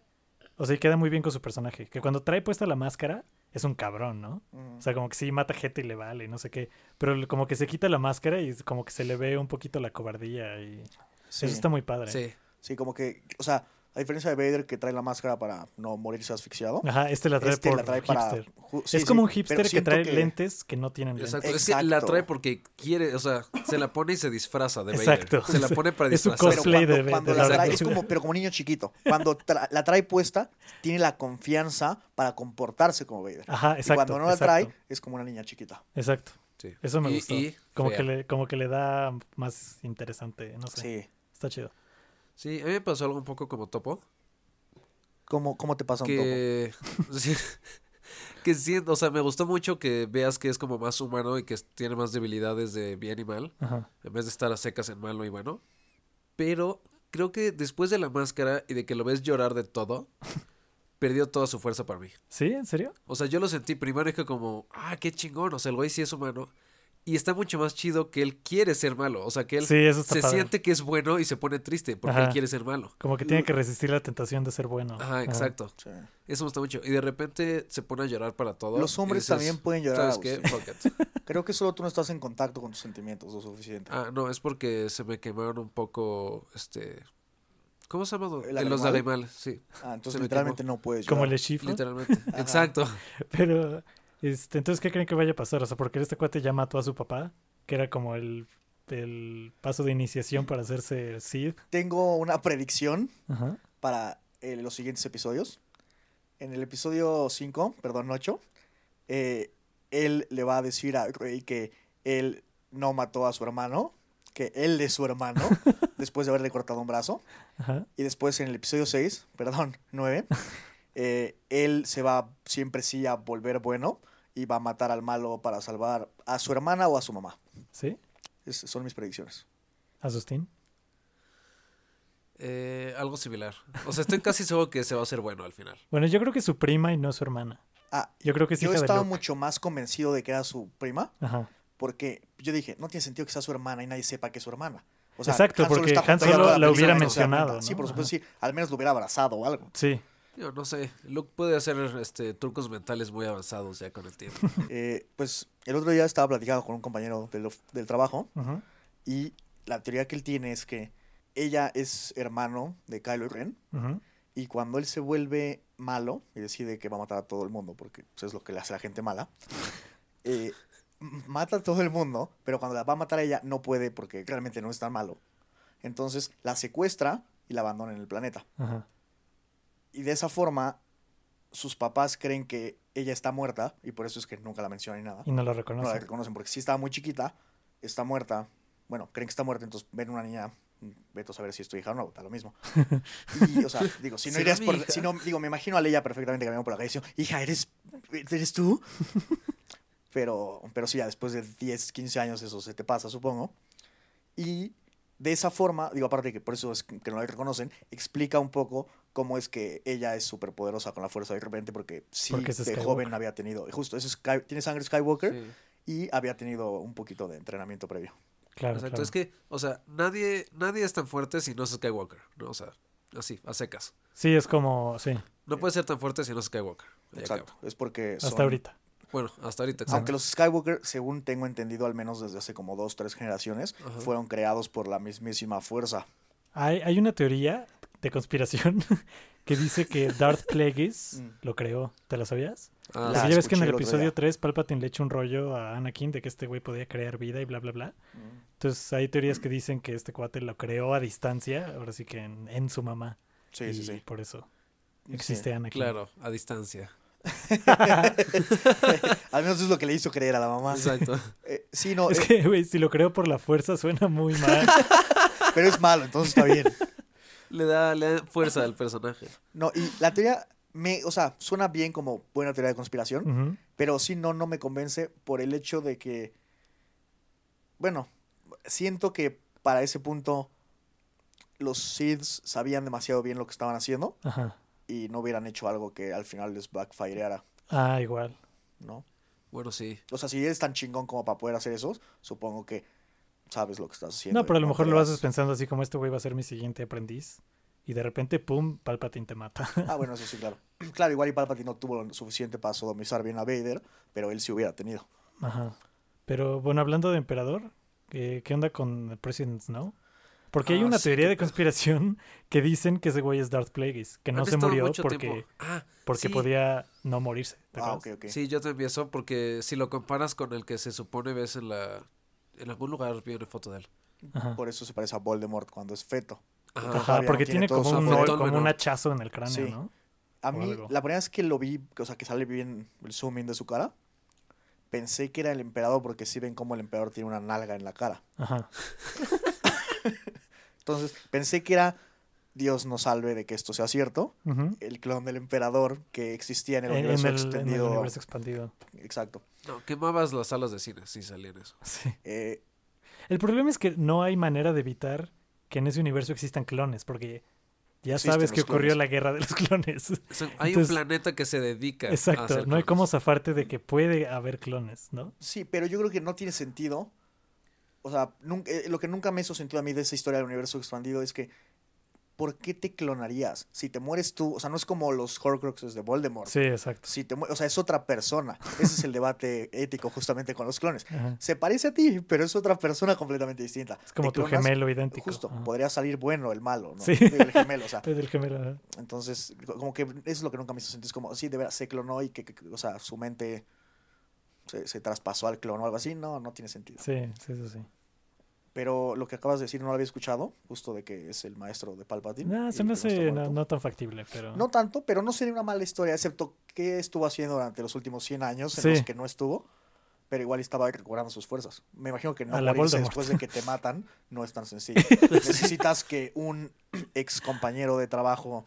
Speaker 2: o sea, y queda muy bien con su personaje. Que cuando trae puesta la máscara, es un cabrón, ¿no? O sea, como que sí mata gente y le vale, no sé qué. Pero el- como que se quita la máscara y es como que se le ve un poquito la cobardía. y
Speaker 1: Sí.
Speaker 2: Eso está muy padre.
Speaker 3: Sí.
Speaker 1: Sí, como que, o sea, a diferencia de Vader que trae la máscara para no morirse asfixiado,
Speaker 2: Ajá, este la trae
Speaker 1: este
Speaker 2: por
Speaker 1: la trae para...
Speaker 2: hipster.
Speaker 1: ju- sí,
Speaker 2: es
Speaker 1: sí,
Speaker 2: como un
Speaker 1: pero
Speaker 2: hipster que
Speaker 1: siento
Speaker 2: trae lentes que no tienen lentes.
Speaker 3: Exacto. Es que la
Speaker 1: Exacto.
Speaker 3: trae porque quiere, o sea, se la pone y se disfraza de Vader.
Speaker 2: Exacto.
Speaker 3: Se la pone para
Speaker 2: Es su
Speaker 3: disfrazarse.
Speaker 1: pero
Speaker 2: cosplay.
Speaker 1: cuando,
Speaker 2: de- de
Speaker 1: cuando
Speaker 2: la
Speaker 1: la trae, es
Speaker 2: aventura.
Speaker 1: como, pero como niño chiquito. Cuando tra- la trae puesta, tiene la confianza para comportarse como Vader.
Speaker 2: Ajá, Ah, exacto.
Speaker 1: y cuando no la
Speaker 2: exacto,
Speaker 1: trae, es como una niña chiquita.
Speaker 2: Exacto.
Speaker 3: Sí.
Speaker 2: Eso me
Speaker 3: Y-
Speaker 2: gustó.
Speaker 3: y
Speaker 2: como,
Speaker 3: fea.
Speaker 2: que le, como que le da más interesante, no sé.
Speaker 1: Sí.
Speaker 2: Está chido.
Speaker 3: Sí, a mí me pasó algo un poco como topo.
Speaker 1: ¿Cómo, cómo te pasa un topo?
Speaker 3: que sí, que sí, o sea, me gustó mucho que veas que es como más humano y que tiene más debilidades de bien y mal,
Speaker 2: Ajá.
Speaker 3: en vez de estar a secas en malo y bueno. Pero creo que después de la máscara y de que lo ves llorar de todo, perdió toda su fuerza para mí.
Speaker 2: ¿Sí? ¿En serio?
Speaker 3: O sea, yo lo sentí primero y que como, ah, qué chingón, o sea, el güey sí es humano. Y está mucho más chido que él quiere ser malo. O sea, que él
Speaker 2: Sí, eso está
Speaker 3: se
Speaker 2: padre.
Speaker 3: siente que es bueno y se pone triste porque
Speaker 2: Ajá.
Speaker 3: él quiere ser malo.
Speaker 2: Como que tiene que resistir la tentación de ser bueno.
Speaker 3: Ajá, exacto.
Speaker 1: Sí.
Speaker 3: Eso me gusta mucho. Y de repente se pone a llorar para todo.
Speaker 1: Los
Speaker 3: y
Speaker 1: hombres también pueden llorar,
Speaker 3: ¿Sabes qué?
Speaker 1: Agustín".
Speaker 3: Fuck it".
Speaker 1: Creo que solo tú no estás en contacto con tus sentimientos lo suficiente.
Speaker 3: Ah, no, es porque se me quemaron un poco, este... ¿Cómo se llama? don?
Speaker 1: ¿El
Speaker 3: Eh, los de
Speaker 1: animal?
Speaker 3: animal, sí,
Speaker 1: Ah,
Speaker 3: se
Speaker 1: entonces
Speaker 3: me
Speaker 1: literalmente no puedes
Speaker 2: Como
Speaker 1: llorar.
Speaker 2: el chifla.
Speaker 3: literalmente. Exacto.
Speaker 2: Pero, este, entonces, ¿qué creen que vaya a pasar? O sea, porque este cuate ya mató a su papá, que era como el, el paso de iniciación para hacerse Sith.
Speaker 1: Tengo una predicción
Speaker 2: Ajá.
Speaker 1: para eh, los siguientes episodios. En el episodio 5, perdón, 8, eh, él le va a decir a Rey que él no mató a su hermano, que él es su hermano, después de haberle cortado un brazo.
Speaker 2: Ajá.
Speaker 1: Y después en el episodio 6, perdón, 9, eh, él se va siempre sí a volver bueno y va a matar al malo para salvar a su hermana o a su mamá.
Speaker 2: ¿Sí?
Speaker 1: Es- son mis predicciones.
Speaker 2: Asustín.
Speaker 3: Eh, algo similar. O sea, estoy casi seguro que se va a hacer bueno al final.
Speaker 2: Bueno, yo creo que es su prima y no su hermana.
Speaker 1: Ah,
Speaker 2: Yo creo que sí.
Speaker 1: yo estaba mucho más convencido de que era su prima.
Speaker 2: Ajá.
Speaker 1: Porque yo dije, no tiene sentido que sea su hermana y nadie sepa que es su hermana. O
Speaker 2: Exacto, porque Han
Speaker 1: junto a ella
Speaker 2: Solo
Speaker 1: toda
Speaker 2: la
Speaker 1: película,
Speaker 2: hubiera
Speaker 1: menos se da
Speaker 2: mencionado,
Speaker 1: cuenta. Sí,
Speaker 2: ¿no?
Speaker 1: por supuesto,
Speaker 2: Ajá.
Speaker 1: sí. Al menos lo hubiera abrazado o algo.
Speaker 2: Sí.
Speaker 3: Yo no sé. Luke puede hacer este, trucos mentales muy avanzados ya con el tiempo.
Speaker 1: Eh, pues el otro día estaba platicando con un compañero del, of- del trabajo
Speaker 2: Ajá.
Speaker 1: y la teoría que él tiene es que ella es hermano de Kylo Ren
Speaker 2: Ajá.
Speaker 1: y cuando él se vuelve malo y decide que va a matar a todo el mundo, porque pues, es lo que le hace a la gente mala, eh, m- mata a todo el mundo, pero cuando la va a matar a ella no puede porque realmente no es tan malo. Entonces la secuestra y la abandona en el planeta.
Speaker 2: Ajá.
Speaker 1: Y de esa forma, sus papás creen que ella está muerta y por eso es que nunca la mencionan ni nada.
Speaker 2: Y no lo
Speaker 1: No la
Speaker 2: reconoce.
Speaker 1: reconocen porque sí estaba muy chiquita, está muerta. Bueno, creen que está muerta, entonces ven una niña, mm, vete a saber si es tu hija o no, da lo mismo. Y, o sea, digo, si no
Speaker 3: ¿Será
Speaker 1: irías
Speaker 3: mi
Speaker 1: por.
Speaker 3: hija?
Speaker 1: Si no, digo, me imagino a Leia perfectamente caminando por la calle diciendo, hija, ¿eres, eres tú? Pero, pero sí, ya después de 10, 15 años eso se te pasa, supongo. Y de esa forma, digo, aparte de que por eso es que no la reconocen, explica un poco cómo es que ella es superpoderosa con la fuerza de repente, porque sí,
Speaker 2: Porque es
Speaker 1: de
Speaker 2: Skywalker.
Speaker 1: joven había tenido, justo, es Sky- tiene sangre Skywalker
Speaker 3: Sí.
Speaker 1: y había tenido un poquito de entrenamiento previo.
Speaker 2: Claro,
Speaker 3: Exacto.
Speaker 2: claro.
Speaker 3: Es que, o sea, nadie, nadie es tan fuerte si no es Skywalker, ¿no? O sea, así, a secas.
Speaker 2: Sí, es como, sí,
Speaker 3: No puede ser tan fuerte si no es Skywalker. Ahí
Speaker 1: Exacto.
Speaker 3: acaba.
Speaker 1: Es porque
Speaker 2: hasta
Speaker 1: son-
Speaker 2: ahorita.
Speaker 3: Bueno, hasta ahorita,
Speaker 1: Aunque
Speaker 3: exacto.
Speaker 1: los Skywalker, según tengo entendido, al menos desde hace como dos, tres generaciones,
Speaker 3: Ajá.
Speaker 1: fueron creados por la mismísima fuerza.
Speaker 2: Hay, hay una teoría de conspiración que dice que Darth Plagueis
Speaker 1: Mm.
Speaker 2: lo creó. ¿Te la sabías?
Speaker 3: Ah,
Speaker 1: La-
Speaker 2: Porque ya ves que en
Speaker 1: escuché
Speaker 2: el
Speaker 1: el otro
Speaker 2: episodio
Speaker 1: día.
Speaker 2: 3 Palpatine le echa un rollo a Anakin de que este güey podía crear vida y bla, bla, bla. Entonces hay teorías que dicen que este cuate lo creó a distancia, ahora sí que en, en su mamá.
Speaker 1: Sí,
Speaker 2: y
Speaker 1: sí, sí.
Speaker 2: por eso
Speaker 1: Sí.
Speaker 2: existe Ah. Anakin.
Speaker 3: claro, a distancia.
Speaker 1: Al menos es lo que le hizo creer a la
Speaker 2: Ah,
Speaker 1: mamá.
Speaker 3: Exacto.
Speaker 1: Eh, sí, no,
Speaker 2: Es
Speaker 1: eh,
Speaker 2: que, güey, si lo creo por la fuerza suena muy mal.
Speaker 1: pero es malo, entonces está bien.
Speaker 3: le, da, le da fuerza al personaje.
Speaker 1: No, y la teoría, me, o sea, suena bien como buena teoría de conspiración,
Speaker 2: Ujú.
Speaker 1: pero sí no, no me convence por el hecho de que, bueno, siento que para ese punto los Seeds sabían demasiado bien lo que estaban haciendo
Speaker 2: Ajá.
Speaker 1: y no hubieran hecho algo que al final les backfireara,
Speaker 2: Ah, igual.
Speaker 1: ¿no?
Speaker 3: Bueno, sí.
Speaker 1: O sea, si eres tan chingón como para poder hacer eso, supongo que sabes lo que estás haciendo.
Speaker 2: No, pero a lo mejor lo
Speaker 1: creas-
Speaker 2: haces pensando así como este güey va a ser mi siguiente aprendiz. Y de repente, pum, Palpatine te mata.
Speaker 1: Ah, bueno, eso sí, claro. Claro, igual y Palpatine no tuvo lo suficiente para sodomizar bien a Vader, pero él sí hubiera tenido.
Speaker 2: Ajá. Pero bueno, hablando de emperador, ¿qué, qué onda con el President Snow? Porque hay
Speaker 3: Ah,
Speaker 2: una
Speaker 3: sí,
Speaker 2: teoría
Speaker 3: qué
Speaker 2: de
Speaker 3: pedo.
Speaker 2: conspiración que dicen que ese güey es Darth Plagueis, que no
Speaker 3: Han
Speaker 2: se
Speaker 3: estado
Speaker 2: murió
Speaker 3: mucho
Speaker 2: porque,
Speaker 3: tiempo. Ah,
Speaker 2: porque
Speaker 3: sí.
Speaker 2: podía no morirse. ¿te
Speaker 1: Ah,
Speaker 2: acuerdas?
Speaker 1: ok, ok.
Speaker 3: Sí, yo te empiezo porque si lo comparas con el que se supone ves en la... En algún lugar vi una foto de él.
Speaker 2: Ajá.
Speaker 1: Por eso se parece a Voldemort cuando es feto.
Speaker 3: Ajá.
Speaker 2: Ajá,
Speaker 1: todavía no
Speaker 2: porque
Speaker 1: tiene
Speaker 2: tiene
Speaker 1: todo
Speaker 2: como
Speaker 1: su
Speaker 2: un,
Speaker 3: afecto.
Speaker 2: como un
Speaker 3: Fenómeno.
Speaker 2: hachazo en el cráneo,
Speaker 1: Sí.
Speaker 2: ¿no?
Speaker 1: A
Speaker 2: O
Speaker 1: mí,
Speaker 2: algo.
Speaker 1: la primera vez que lo vi, o sea, que sale bien el zoom in de su cara, pensé que era el emperador porque sí ven cómo el emperador tiene una nalga en la cara.
Speaker 2: Ajá.
Speaker 1: Entonces, pensé que era Dios nos salve de que esto sea cierto,
Speaker 2: Ujú.
Speaker 1: el clon del emperador que existía en el
Speaker 2: En- en,
Speaker 1: universo
Speaker 2: el, en el
Speaker 1: extendido.
Speaker 2: universo expandido.
Speaker 1: Exacto.
Speaker 3: No, quemabas las salas de cine si salían eso.
Speaker 2: Sí.
Speaker 1: Eh,
Speaker 2: El problema es que no hay manera de evitar que en ese universo existan clones, porque ya
Speaker 1: Existen
Speaker 2: sabes que
Speaker 1: los
Speaker 2: ocurrió
Speaker 1: clones.
Speaker 2: la guerra de los clones.
Speaker 3: O sea, hay
Speaker 2: Entonces-
Speaker 3: un planeta que se dedica a
Speaker 2: Exacto,
Speaker 3: hacer
Speaker 2: no hay
Speaker 3: clones.
Speaker 2: cómo zafarte de que puede haber clones, ¿no?
Speaker 1: Sí, pero yo creo que no tiene sentido. O sea, nunca- eh, lo que nunca me hizo sentido a mí de esa historia del universo expandido es que, ¿por qué te clonarías? Si te mueres tú, o sea, no es como los Horcruxes de Voldemort.
Speaker 2: Sí, exacto.
Speaker 1: Si te mue- o sea, es otra persona. Ese es el debate ético justamente con los clones.
Speaker 2: Ajá.
Speaker 1: Se parece a ti, pero es otra persona completamente distinta.
Speaker 2: Es como
Speaker 1: Te
Speaker 2: tu
Speaker 1: clonas,
Speaker 2: gemelo idéntico.
Speaker 1: Justo,
Speaker 2: Ajá.
Speaker 1: podría salir bueno el malo, ¿no?
Speaker 2: Sí.
Speaker 1: Digo, El gemelo, o sea.
Speaker 2: Es del gemelo. ajá.
Speaker 1: Entonces, co- como que eso es lo que nunca me hizo sentir. Es como, sí, de verdad, se clonó y que, que- que- o sea, su mente se, se traspasó al clon o algo así. No, no tiene sentido.
Speaker 2: Sí, sí, eso sí.
Speaker 1: Pero lo que acabas de decir no lo había escuchado, justo de que es el maestro de Palpatine.
Speaker 2: No,
Speaker 1: y
Speaker 2: Ah, se me
Speaker 1: que está
Speaker 2: hace no,
Speaker 1: muerto.
Speaker 2: no tan factible, pero.
Speaker 1: No tanto, pero no sería una mala historia, excepto que estuvo haciendo durante los últimos 100 años en
Speaker 2: Sí.
Speaker 1: los que no estuvo, pero igual estaba recuperando sus fuerzas. Me imagino que no
Speaker 2: A la
Speaker 1: morirse
Speaker 2: Voldemort.
Speaker 1: después de que te matan no es tan sencillo. Necesitas que un ex compañero de trabajo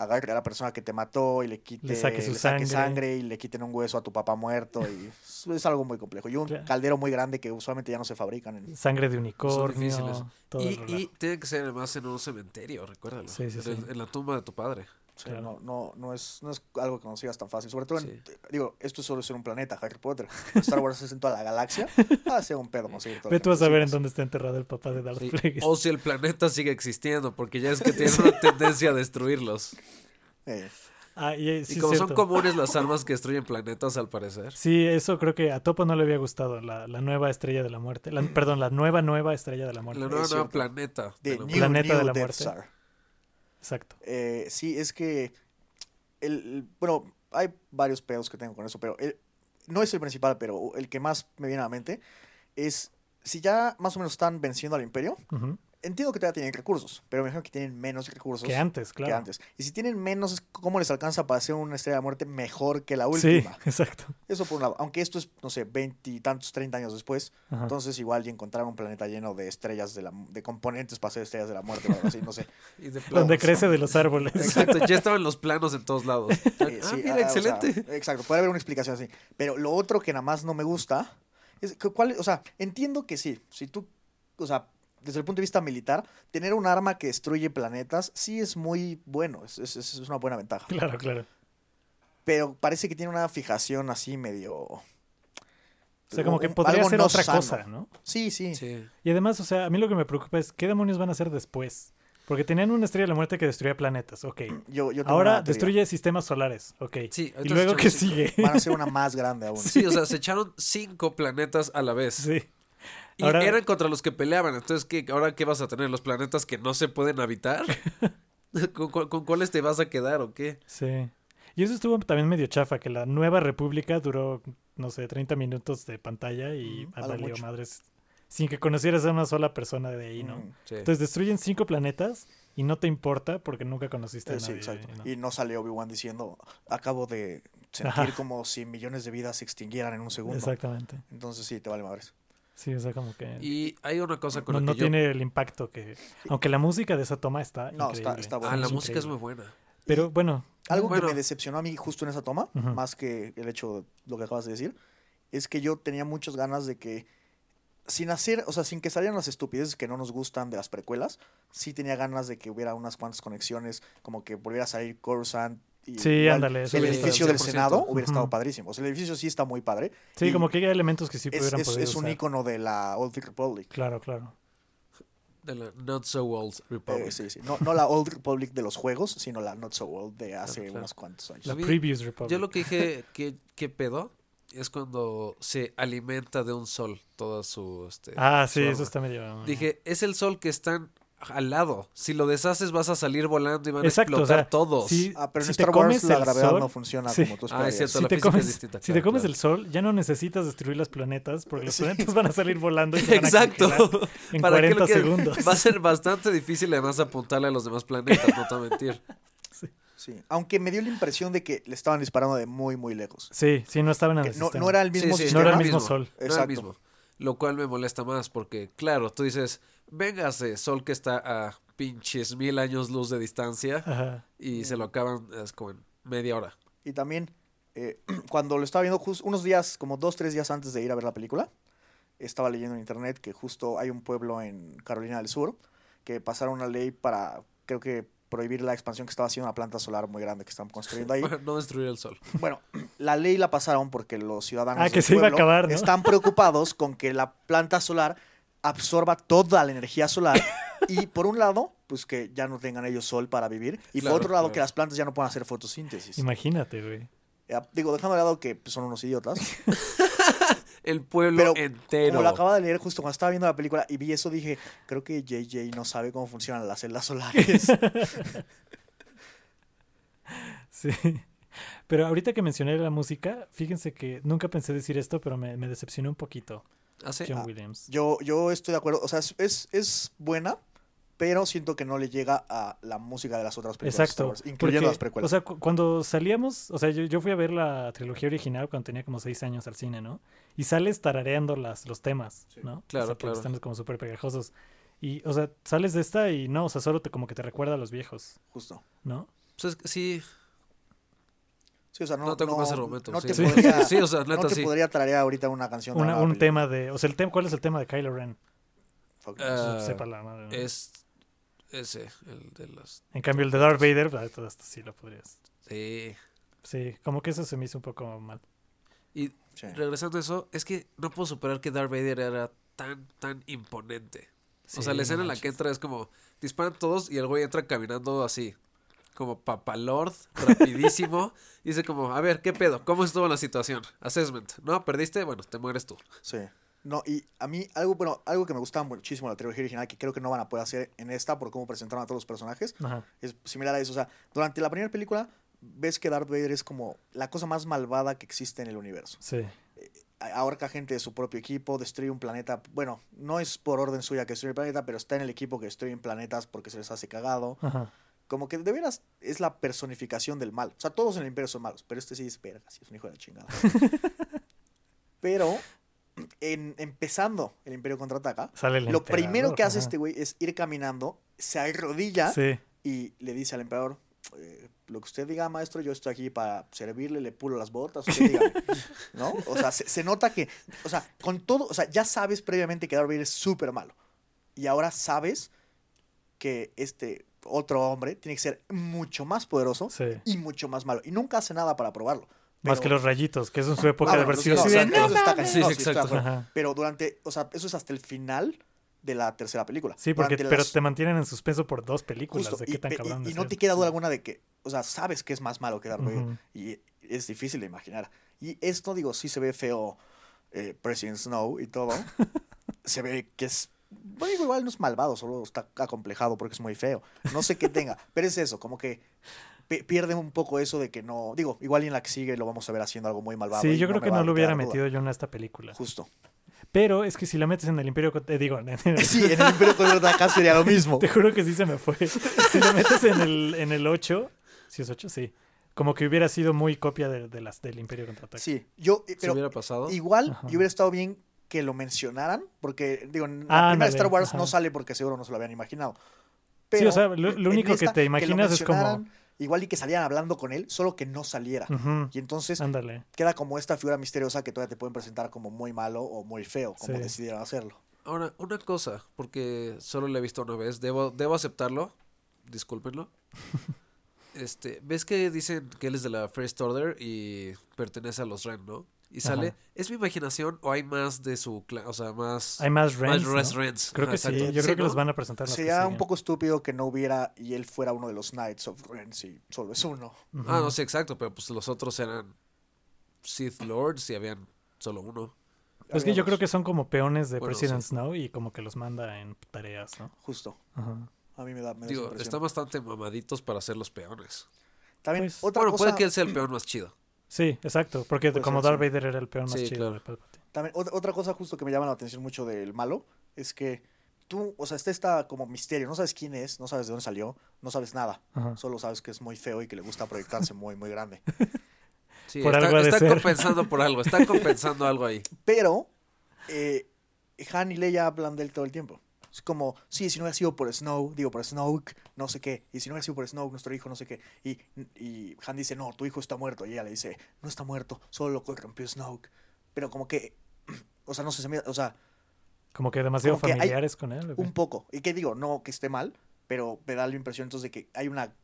Speaker 1: agarre a la persona que te mató y le quite
Speaker 2: Le saque su
Speaker 1: saque
Speaker 2: sangre.
Speaker 1: sangre y le quiten un hueso a tu papá muerto y es, es algo muy complejo. Y un
Speaker 2: Claro.
Speaker 1: caldero muy grande que usualmente ya no se fabrican en
Speaker 2: Sangre de
Speaker 3: difíciles.
Speaker 2: unicornio. Todo el
Speaker 3: Y,
Speaker 2: relajo.
Speaker 3: y tiene que ser además en un cementerio, recuérdalo.
Speaker 2: Sí, sí,
Speaker 3: en,
Speaker 2: sí.
Speaker 3: el- en la tumba de tu padre.
Speaker 1: Sí,
Speaker 2: Claro.
Speaker 1: no, no, no, es, no es algo que consigas tan fácil. Sobre todo, en-
Speaker 3: Sí.
Speaker 1: te- digo, esto es solo ser un planeta, Harry Potter. Star Wars es en toda la galaxia. Va a ser un pedo conseguir todo.
Speaker 2: Ve
Speaker 1: lo que
Speaker 2: tú a saber en
Speaker 1: consigas.
Speaker 2: dónde está enterrado el papá de Darth
Speaker 3: Sí.
Speaker 2: Plagueis.
Speaker 3: O si el planeta sigue existiendo, porque ya es que tiene una tendencia a destruirlos.
Speaker 1: Eh,
Speaker 2: Ah, y, eh,
Speaker 3: Y
Speaker 2: sí,
Speaker 3: como
Speaker 2: cierto.
Speaker 3: son comunes las armas que destruyen planetas, al parecer.
Speaker 2: Sí, eso creo que a Topo no le había gustado, la, la nueva estrella de la muerte. La- perdón, la nueva, nueva estrella de la muerte.
Speaker 3: La nueva,
Speaker 1: Es
Speaker 3: nueva
Speaker 1: cierto.
Speaker 3: planeta.
Speaker 1: de
Speaker 3: de la
Speaker 1: New,
Speaker 3: muerte.
Speaker 2: Planeta
Speaker 1: New
Speaker 2: de la
Speaker 1: Death
Speaker 2: Muerte.
Speaker 1: Star.
Speaker 2: Exacto.
Speaker 1: Eh, sí, es que. El, el- bueno, hay varios pedos que tengo con eso, pero el- no es el principal, pero el que más me viene a la mente es. Si ya más o menos están venciendo al Imperio,
Speaker 2: Ujú.
Speaker 1: entiendo que todavía tienen recursos, pero me imagino que tienen menos recursos.
Speaker 3: Pues,
Speaker 2: Que antes, claro.
Speaker 1: que antes. Y si tienen menos, ¿cómo les alcanza para hacer una estrella de la muerte mejor que la
Speaker 2: Sí,
Speaker 1: última?
Speaker 2: exacto.
Speaker 1: Eso por un lado. Aunque esto es, no sé, veintitantos, treinta años después.
Speaker 3: Ah.
Speaker 2: Ajá.
Speaker 1: Entonces igual ya encontraron un planeta lleno de estrellas de la de componentes para hacer estrellas de la muerte o algo así, no sé.
Speaker 3: Y de
Speaker 2: Donde
Speaker 3: planos.
Speaker 2: crece de los árboles.
Speaker 3: Exacto, ya estaban los planos en todos lados.
Speaker 1: Eh,
Speaker 3: ah,
Speaker 1: sí,
Speaker 3: mira,
Speaker 1: ah, o sea,
Speaker 3: excelente.
Speaker 1: exacto, puede haber una explicación así. Pero lo otro que nada más no me gusta es que cuál, o sea, entiendo que sí, si tú, o sea, desde el punto de vista militar, tener un arma que destruye planetas sí es muy bueno, es, es- es una buena ventaja.
Speaker 2: Claro, claro.
Speaker 1: Pero parece que tiene una fijación así medio
Speaker 2: O sea, como que
Speaker 1: Un-
Speaker 2: podría
Speaker 1: algo
Speaker 2: ser
Speaker 1: no
Speaker 2: otra
Speaker 1: sano.
Speaker 2: cosa, ¿no?
Speaker 1: Sí, sí.
Speaker 3: Sí.
Speaker 2: Y además, o sea, a mí lo que me preocupa es qué demonios van a hacer después. Porque tenían una estrella de la muerte que destruía planetas, ok.
Speaker 1: Yo, yo tengo
Speaker 2: Ahora
Speaker 1: una teoría.
Speaker 2: destruye sistemas solares, ok.
Speaker 3: Sí,
Speaker 2: y
Speaker 3: entonces
Speaker 2: luego
Speaker 3: echaron
Speaker 2: que
Speaker 3: cinco.
Speaker 2: sigue.
Speaker 1: Van a ser una más grande aún.
Speaker 3: Sí, o sea, se echaron cinco planetas a la vez.
Speaker 2: Sí.
Speaker 3: Y
Speaker 2: Ahora-
Speaker 3: eran contra los que peleaban. Entonces, ¿qué, ¿ahora qué vas a tener? ¿Los planetas que no se pueden habitar? ¿Con, cu- con cuáles te vas a quedar o qué?
Speaker 2: Sí. Y eso estuvo también medio chafa, que la Nueva República duró, no sé, 30 minutos de pantalla y
Speaker 1: Ujú, a lo
Speaker 2: valió
Speaker 1: mucho.
Speaker 2: madres. Sin que conocieras a una sola persona de ahí, ¿no?
Speaker 1: Mm,
Speaker 3: Sí.
Speaker 2: Entonces destruyen cinco planetas y no te importa porque nunca conociste a
Speaker 1: eh, sí,
Speaker 2: nadie.
Speaker 1: exacto.
Speaker 2: ¿no?
Speaker 1: Y no salió Obi-Wan diciendo, acabo de sentir
Speaker 2: Ajá.
Speaker 1: como si millones de vidas se extinguieran en un segundo.
Speaker 2: Exactamente.
Speaker 1: Entonces sí, te vale madres.
Speaker 2: Sí, o sea, como que
Speaker 3: Y hay una cosa con
Speaker 2: no,
Speaker 3: la
Speaker 2: no
Speaker 3: que yo...
Speaker 2: tiene el impacto que... Aunque la música de esa toma está
Speaker 1: No, está-
Speaker 2: increíble.
Speaker 1: está
Speaker 3: Ah, la
Speaker 1: Bueno, es
Speaker 3: música es muy
Speaker 2: increíble.
Speaker 3: buena.
Speaker 2: Pero bueno,
Speaker 1: Algo
Speaker 3: Bueno.
Speaker 1: que me decepcionó a mí justo en esa toma,
Speaker 2: Ujú.
Speaker 1: más que el hecho de lo que acabas de decir, es que yo tenía muchas ganas de que, sin hacer, o sea, sin que salieran las estupideces que no nos gustan de las precuelas, sí tenía ganas de que hubiera unas cuantas conexiones, como que volviera a salir Coruscant. Y
Speaker 2: Sí,
Speaker 1: igual
Speaker 2: ándale, eso
Speaker 1: El
Speaker 2: hubiera
Speaker 1: edificio
Speaker 3: estado
Speaker 1: del
Speaker 3: 100%.
Speaker 1: Senado hubiera estado
Speaker 2: Ujú.
Speaker 1: padrísimo. O sea, el edificio sí está muy padre.
Speaker 2: sí,
Speaker 1: y
Speaker 2: como que hay elementos que sí
Speaker 1: es,
Speaker 2: pudieran
Speaker 1: es-
Speaker 2: poder
Speaker 1: es un
Speaker 2: usar.
Speaker 1: icono de la Old Republic.
Speaker 2: Claro, claro.
Speaker 3: De la Not So Old Republic.
Speaker 1: Eh, sí, sí. No, no la Old Republic de los juegos, sino la Not So Old de hace
Speaker 3: claro.
Speaker 1: unos cuantos años.
Speaker 2: La
Speaker 3: vi-
Speaker 2: Previous Republic.
Speaker 3: Yo lo que dije, que, que pedo, es cuando se alimenta de un sol toda su... Este,
Speaker 2: Ah,
Speaker 3: su
Speaker 2: sí, eso
Speaker 3: arma.
Speaker 2: está medio...
Speaker 3: Dije, es el sol que están al lado. Si lo deshaces vas a salir volando y van
Speaker 2: Exacto,
Speaker 3: a
Speaker 2: o sea,
Speaker 3: explotar todos.
Speaker 2: sí,
Speaker 1: Ah, pero en
Speaker 2: Si te
Speaker 1: Star Wars
Speaker 2: comes
Speaker 1: la
Speaker 2: el
Speaker 1: gravedad
Speaker 2: sol-
Speaker 1: no funciona
Speaker 2: sí.
Speaker 1: como tú
Speaker 3: Ah,
Speaker 1: esperarías.
Speaker 3: es cierto,
Speaker 2: si
Speaker 3: la
Speaker 2: te
Speaker 3: física es
Speaker 2: comes,
Speaker 3: distinta,
Speaker 2: si
Speaker 3: claro,
Speaker 2: te comes
Speaker 3: claro.
Speaker 2: el sol, ya no necesitas destruir los planetas porque los
Speaker 1: Sí.
Speaker 2: planetas van a salir volando y se van a
Speaker 3: Exacto.
Speaker 2: congelar en
Speaker 3: ¿Para qué
Speaker 2: 40
Speaker 3: lo quieres?
Speaker 2: segundos.
Speaker 3: Va a ser bastante difícil además apuntarle a los demás planetas, no te voy a mentir.
Speaker 1: Sí, aunque me dio la impresión de que le estaban disparando de muy, muy lejos.
Speaker 2: Sí, sí, no estaban en
Speaker 1: Que
Speaker 2: el
Speaker 1: no,
Speaker 2: sistema.
Speaker 1: no era este, el mismo
Speaker 3: Sí, sí,
Speaker 2: No
Speaker 1: sistema.
Speaker 2: era el mismo sol.
Speaker 3: No era el
Speaker 1: Exacto.
Speaker 3: mismo. Lo cual me molesta más porque, claro, tú dices, véngase, sol que está a pinches mil años luz de distancia
Speaker 2: Ajá.
Speaker 3: y se lo acaban es como en media hora.
Speaker 1: Y también, eh, cuando lo estaba viendo justo unos días, como dos, tres días antes de ir a ver la película, estaba leyendo en internet que justo hay un pueblo en Carolina del Sur que pasaron una ley para, creo que prohibir la expansión que estaba haciendo una planta solar muy grande que están construyendo ahí.
Speaker 3: No destruir el sol.
Speaker 1: Bueno, la ley la pasaron porque los ciudadanos
Speaker 2: Ah, que
Speaker 1: del
Speaker 2: se iba a
Speaker 1: pueblo
Speaker 2: acabar, ¿no?
Speaker 1: están preocupados con que la planta solar absorba toda la energía solar y por un lado, pues que ya no tengan ellos sol para vivir y
Speaker 3: Claro,
Speaker 1: por otro lado
Speaker 3: claro.
Speaker 1: que las plantas ya no puedan hacer fotosíntesis.
Speaker 2: Imagínate, güey.
Speaker 1: Eh, Digo, dejando de lado que pues, son unos idiotas.
Speaker 3: El
Speaker 1: Pero,
Speaker 3: pueblo entero.
Speaker 1: Como lo acaba de leer justo cuando estaba viendo la película y vi eso, dije, creo que JJ no sabe cómo funcionan las celdas solares.
Speaker 2: Sí. Pero ahorita que mencioné la música, fíjense que nunca pensé decir esto, pero me, me decepcionó un poquito
Speaker 3: Ah, sí.
Speaker 2: John
Speaker 1: Ah,
Speaker 2: Williams.
Speaker 1: Yo, yo estoy de acuerdo, o sea, es, es, es buena, pero siento que no le llega a la música de las otras películas. de Star
Speaker 2: Exacto.
Speaker 1: Wars, incluyendo
Speaker 2: porque,
Speaker 1: las precuelas.
Speaker 2: O sea, cu- cuando salíamos, o sea, yo, yo fui a ver la trilogía original cuando tenía como seis años al cine, ¿no? Y sales tarareando las, los temas, ¿no?
Speaker 3: Claro,
Speaker 2: O sea, porque
Speaker 3: claro.
Speaker 2: Están como súper pegajosos. Y, o sea, sales de esta y no, o sea, solo te, como que te recuerda a los viejos,
Speaker 1: Justo.
Speaker 2: ¿no?
Speaker 3: Pues es que sí.
Speaker 1: Sí, o sea, no,
Speaker 3: No tengo
Speaker 1: no-
Speaker 3: más argumentos,
Speaker 1: No
Speaker 3: sí.
Speaker 1: te podría,
Speaker 3: Sí. Sí, o sea,
Speaker 1: no
Speaker 3: neta,
Speaker 1: te
Speaker 3: sí.
Speaker 1: podría traer ahorita una canción. de
Speaker 2: Una-
Speaker 1: la
Speaker 2: un
Speaker 1: película.
Speaker 2: tema de, o sea, el tem- ¿cuál es el tema de Kylo Ren?
Speaker 1: Fuck.
Speaker 3: Ah,
Speaker 2: Pues, sepa la madre, ¿no?
Speaker 3: Es ese, el de las...
Speaker 2: En cambio, el de Darth Vader, pues, todo esto sí lo podrías.
Speaker 3: Sí.
Speaker 2: Sí, como que eso se me hizo un poco mal.
Speaker 3: Y
Speaker 1: Sí.
Speaker 3: regresando a eso, es que no puedo superar que Darth Vader era tan, tan imponente.
Speaker 2: Sí,
Speaker 3: o sea, la escena
Speaker 2: no
Speaker 3: en la
Speaker 2: manches.
Speaker 3: que entra es como disparan todos y el güey entra caminando así, como papalord, rapidísimo. y dice como, a ver, ¿qué pedo? ¿Cómo estuvo la situación? Assessment. No, perdiste, bueno, te mueres tú.
Speaker 1: Sí. No, y a mí, algo, bueno, algo que me gustaba muchísimo de la trilogía original, que creo que no van a poder hacer en esta por cómo presentaron a todos los personajes,
Speaker 2: Ajá.
Speaker 1: es similar a eso. O sea, durante la primera película ves que Darth Vader es como la cosa más malvada que existe en el universo.
Speaker 2: Sí,
Speaker 1: A- Ahorca gente de su propio equipo, destruye un planeta. Bueno, no es por orden suya que destruye el planeta, pero está en el equipo que destruye planetas porque se les hace cagado.
Speaker 2: ajá.
Speaker 1: Como que de veras es la personificación del mal. O sea, todos en el imperio son malos, pero este sí es verga, sí es un hijo de la chingada. pero en- empezando el imperio contraataca,
Speaker 2: Sale el
Speaker 1: lo primero
Speaker 2: emperador,
Speaker 1: que hace
Speaker 2: ajá.
Speaker 1: este güey ¿ah? es ir caminando, se arrodilla
Speaker 2: Sí,
Speaker 1: y le dice al emperador, "Eh, lo que usted diga, maestro, yo estoy aquí para servirle, le pulo las botas, usted dígame", ¿no? O sea, se, se nota que, o sea, con todo, o sea, ya sabes previamente que Darth Vader es súper malo. Y ahora sabes que este otro hombre tiene que ser mucho más poderoso
Speaker 2: sí.
Speaker 1: y mucho más malo. Y nunca hace nada para probarlo.
Speaker 2: Más
Speaker 1: Pero-
Speaker 2: que los rayitos, que eso en su época
Speaker 1: Ah,
Speaker 2: de
Speaker 1: bueno,
Speaker 2: haber
Speaker 1: los-
Speaker 2: sido
Speaker 1: no,
Speaker 2: así
Speaker 1: o sea,
Speaker 2: de,
Speaker 1: eso
Speaker 2: "No
Speaker 1: está
Speaker 2: mames".
Speaker 1: cañón,
Speaker 3: Sí,
Speaker 1: no,
Speaker 3: sí,
Speaker 1: está
Speaker 3: exacto.
Speaker 1: fuera.
Speaker 2: Ajá.
Speaker 1: Pero durante, o sea, eso es hasta el final de la tercera película.
Speaker 2: Sí, porque,
Speaker 1: Durante
Speaker 2: pero
Speaker 1: las-
Speaker 2: te mantienen en suspenso por dos películas.
Speaker 1: justo,
Speaker 2: ¿De
Speaker 1: y,
Speaker 2: qué tan
Speaker 1: pe- y-
Speaker 2: cabrón
Speaker 1: y
Speaker 2: es
Speaker 1: no
Speaker 2: eso?
Speaker 1: te queda duda alguna de que, o sea, sabes que es más malo que Darth Vader.
Speaker 2: Ujú.
Speaker 1: Y es difícil de imaginar. Y esto, digo, sí se ve feo eh, President Snow y todo. se ve que es. Bueno, digo, igual no es malvado, solo está acomplejado porque es muy feo. No sé qué tenga, pero es eso, como que pi- pierde un poco eso de que no. Digo, igual y en la que sigue lo vamos a ver haciendo algo muy malvado.
Speaker 2: Sí,
Speaker 1: y
Speaker 2: yo creo
Speaker 1: me
Speaker 2: que
Speaker 1: va
Speaker 2: no
Speaker 1: a
Speaker 2: lo hubiera
Speaker 1: quedar duda.
Speaker 2: metido yo en esta película.
Speaker 1: Justo.
Speaker 2: Pero es que si la metes en el Imperio. Cont- eh, digo, en el-
Speaker 1: Sí, en el Imperio contra acá sería lo mismo.
Speaker 2: te juro que sí se me fue. Si la metes en el, en el 8, si es 8, sí. Como que hubiera sido muy copia de, de las del Imperio contraataca.
Speaker 1: Sí, yo. eh,
Speaker 3: Si
Speaker 1: Pero
Speaker 3: hubiera pasado.
Speaker 1: Igual,
Speaker 2: Ajá.
Speaker 1: y hubiera estado bien que lo mencionaran, porque, digo, en
Speaker 2: Ah,
Speaker 1: la primera
Speaker 2: ándale,
Speaker 1: Star Wars
Speaker 2: ajá.
Speaker 1: no sale porque seguro no se lo habían imaginado.
Speaker 2: o sea, lo- lo
Speaker 1: en
Speaker 2: único que te
Speaker 1: lo
Speaker 2: imaginas es como-
Speaker 1: mencionaran, Igual y que salieran hablando con él, solo que no saliera.
Speaker 2: Ujú,
Speaker 1: Y entonces
Speaker 2: Ándale.
Speaker 1: queda como esta figura misteriosa que todavía te pueden presentar como muy malo o muy feo, como
Speaker 2: Sí.
Speaker 1: decidieron hacerlo.
Speaker 3: Ahora, una cosa, porque solo la he visto una vez, debo, debo aceptarlo, discúlpenlo. Este, ¿ves que dicen que él es de la First Order y pertenece a los Ren, ¿no? Y
Speaker 2: Ajá.
Speaker 3: sale, ¿es mi imaginación o hay más de su clan? O sea, más...
Speaker 2: Hay más
Speaker 3: más
Speaker 2: Rens.
Speaker 3: Rens,
Speaker 2: ¿no?
Speaker 3: Rens.
Speaker 2: Creo
Speaker 3: Ajá,
Speaker 2: que sí.
Speaker 3: exacto.
Speaker 2: Yo creo que
Speaker 3: ¿no?
Speaker 2: los van a presentar. en las que
Speaker 1: Sería ah, un
Speaker 2: siguen.
Speaker 1: poco estúpido que no hubiera y él fuera uno de los Knights of Ren si solo es uno.
Speaker 2: Ujú.
Speaker 3: Ah, no sé, exacto, pero pues los otros eran Sith Lords y habían solo uno.
Speaker 2: Pues Es que yo
Speaker 1: Habíamos-
Speaker 2: creo que son como peones de
Speaker 3: Bueno,
Speaker 2: President
Speaker 3: sí.
Speaker 2: Snow y como que los manda en tareas, ¿no?
Speaker 1: Justo.
Speaker 2: Ajá.
Speaker 1: A mí me da, me da esa
Speaker 3: Digo,
Speaker 1: impresión.
Speaker 3: están bastante mamaditos para ser los peones.
Speaker 1: También,
Speaker 2: Pues-
Speaker 1: otra
Speaker 3: Bueno,
Speaker 1: cosa...
Speaker 3: puede que él sea el peón más chido.
Speaker 2: Sí, exacto. Porque
Speaker 1: Puede
Speaker 2: como
Speaker 1: ser,
Speaker 2: Darth
Speaker 1: sí.
Speaker 2: Vader era el peón más
Speaker 3: Sí,
Speaker 2: chido
Speaker 3: claro.
Speaker 2: de Palpatine.
Speaker 1: También, ot- otra cosa justo que me llama la atención mucho del malo es que tú, o sea, está esta como misterio, no sabes quién es, no sabes de dónde salió, no sabes nada,
Speaker 2: Ajá.
Speaker 1: solo sabes que es muy feo y que le gusta proyectarse muy, muy grande.
Speaker 3: Sí,
Speaker 2: Por
Speaker 3: está-
Speaker 2: algo ha de
Speaker 3: están
Speaker 2: ser.
Speaker 3: compensando por algo, están compensando algo ahí.
Speaker 1: Pero eh, Han y Leia hablan de él todo el tiempo. Es como, sí, si no hubiera sido por Snow, digo, por Snoke, no sé qué, y si no hubiera sido por Snow, nuestro hijo, no sé qué, y, y Han dice, no, tu hijo está muerto, y ella le dice, no está muerto, solo lo corrompió Snoke. Pero como que, o sea, no sé, se me- o sea,
Speaker 2: Como que demasiado
Speaker 1: Como que hay
Speaker 2: familiares con él. ¿o qué?
Speaker 1: Un poco. Y que digo, no que esté mal, pero me da la impresión entonces de que hay una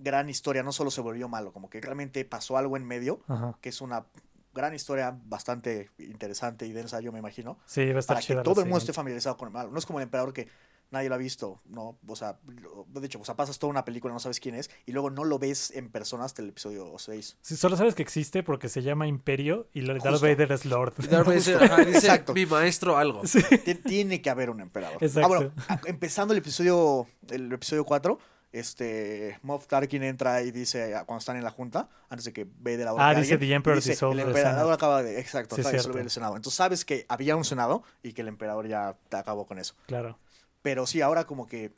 Speaker 1: gran historia, no solo se volvió malo, como que realmente pasó algo en medio,
Speaker 2: Ajá.
Speaker 1: que es una gran historia bastante interesante y densa, yo me imagino,
Speaker 2: Sí, va a estar
Speaker 1: para que
Speaker 2: chido.
Speaker 1: todo el mundo esté familiarizado con el malo. No es como el emperador que nadie lo ha visto, ¿no? O sea, lo- de hecho, o sea, pasas toda una película, no sabes quién es, y luego no lo ves en persona hasta el episodio 6.
Speaker 2: Sí, solo sabes que existe porque se llama Imperio y Lord- Darth
Speaker 1: Justo.
Speaker 2: Vader es Lord.
Speaker 3: Y Darth Vader
Speaker 1: Justo.
Speaker 3: ajá, dice,
Speaker 1: Exacto.
Speaker 3: mi maestro algo.
Speaker 2: Sí.
Speaker 1: Ti- Tiene que haber un emperador.
Speaker 2: Exacto.
Speaker 1: Ah, bueno, a- empezando el episodio, el episodio 4, este, Moff Tarkin entra y dice, ah, cuando están en la junta, antes de que Vader ahorque
Speaker 2: Ah,
Speaker 1: a
Speaker 2: dice,
Speaker 1: alguien,
Speaker 2: "The Emperor
Speaker 1: y dice,
Speaker 2: dissolved
Speaker 1: el
Speaker 2: the
Speaker 1: emperador
Speaker 2: Senate".
Speaker 1: acaba de, exacto,
Speaker 2: Sí,
Speaker 1: acaba de
Speaker 2: cierto.
Speaker 1: disolver el senado. Entonces sabes que había un senado y que el emperador ya te acabó con eso.
Speaker 2: Claro.
Speaker 1: Pero sí, ahora como que,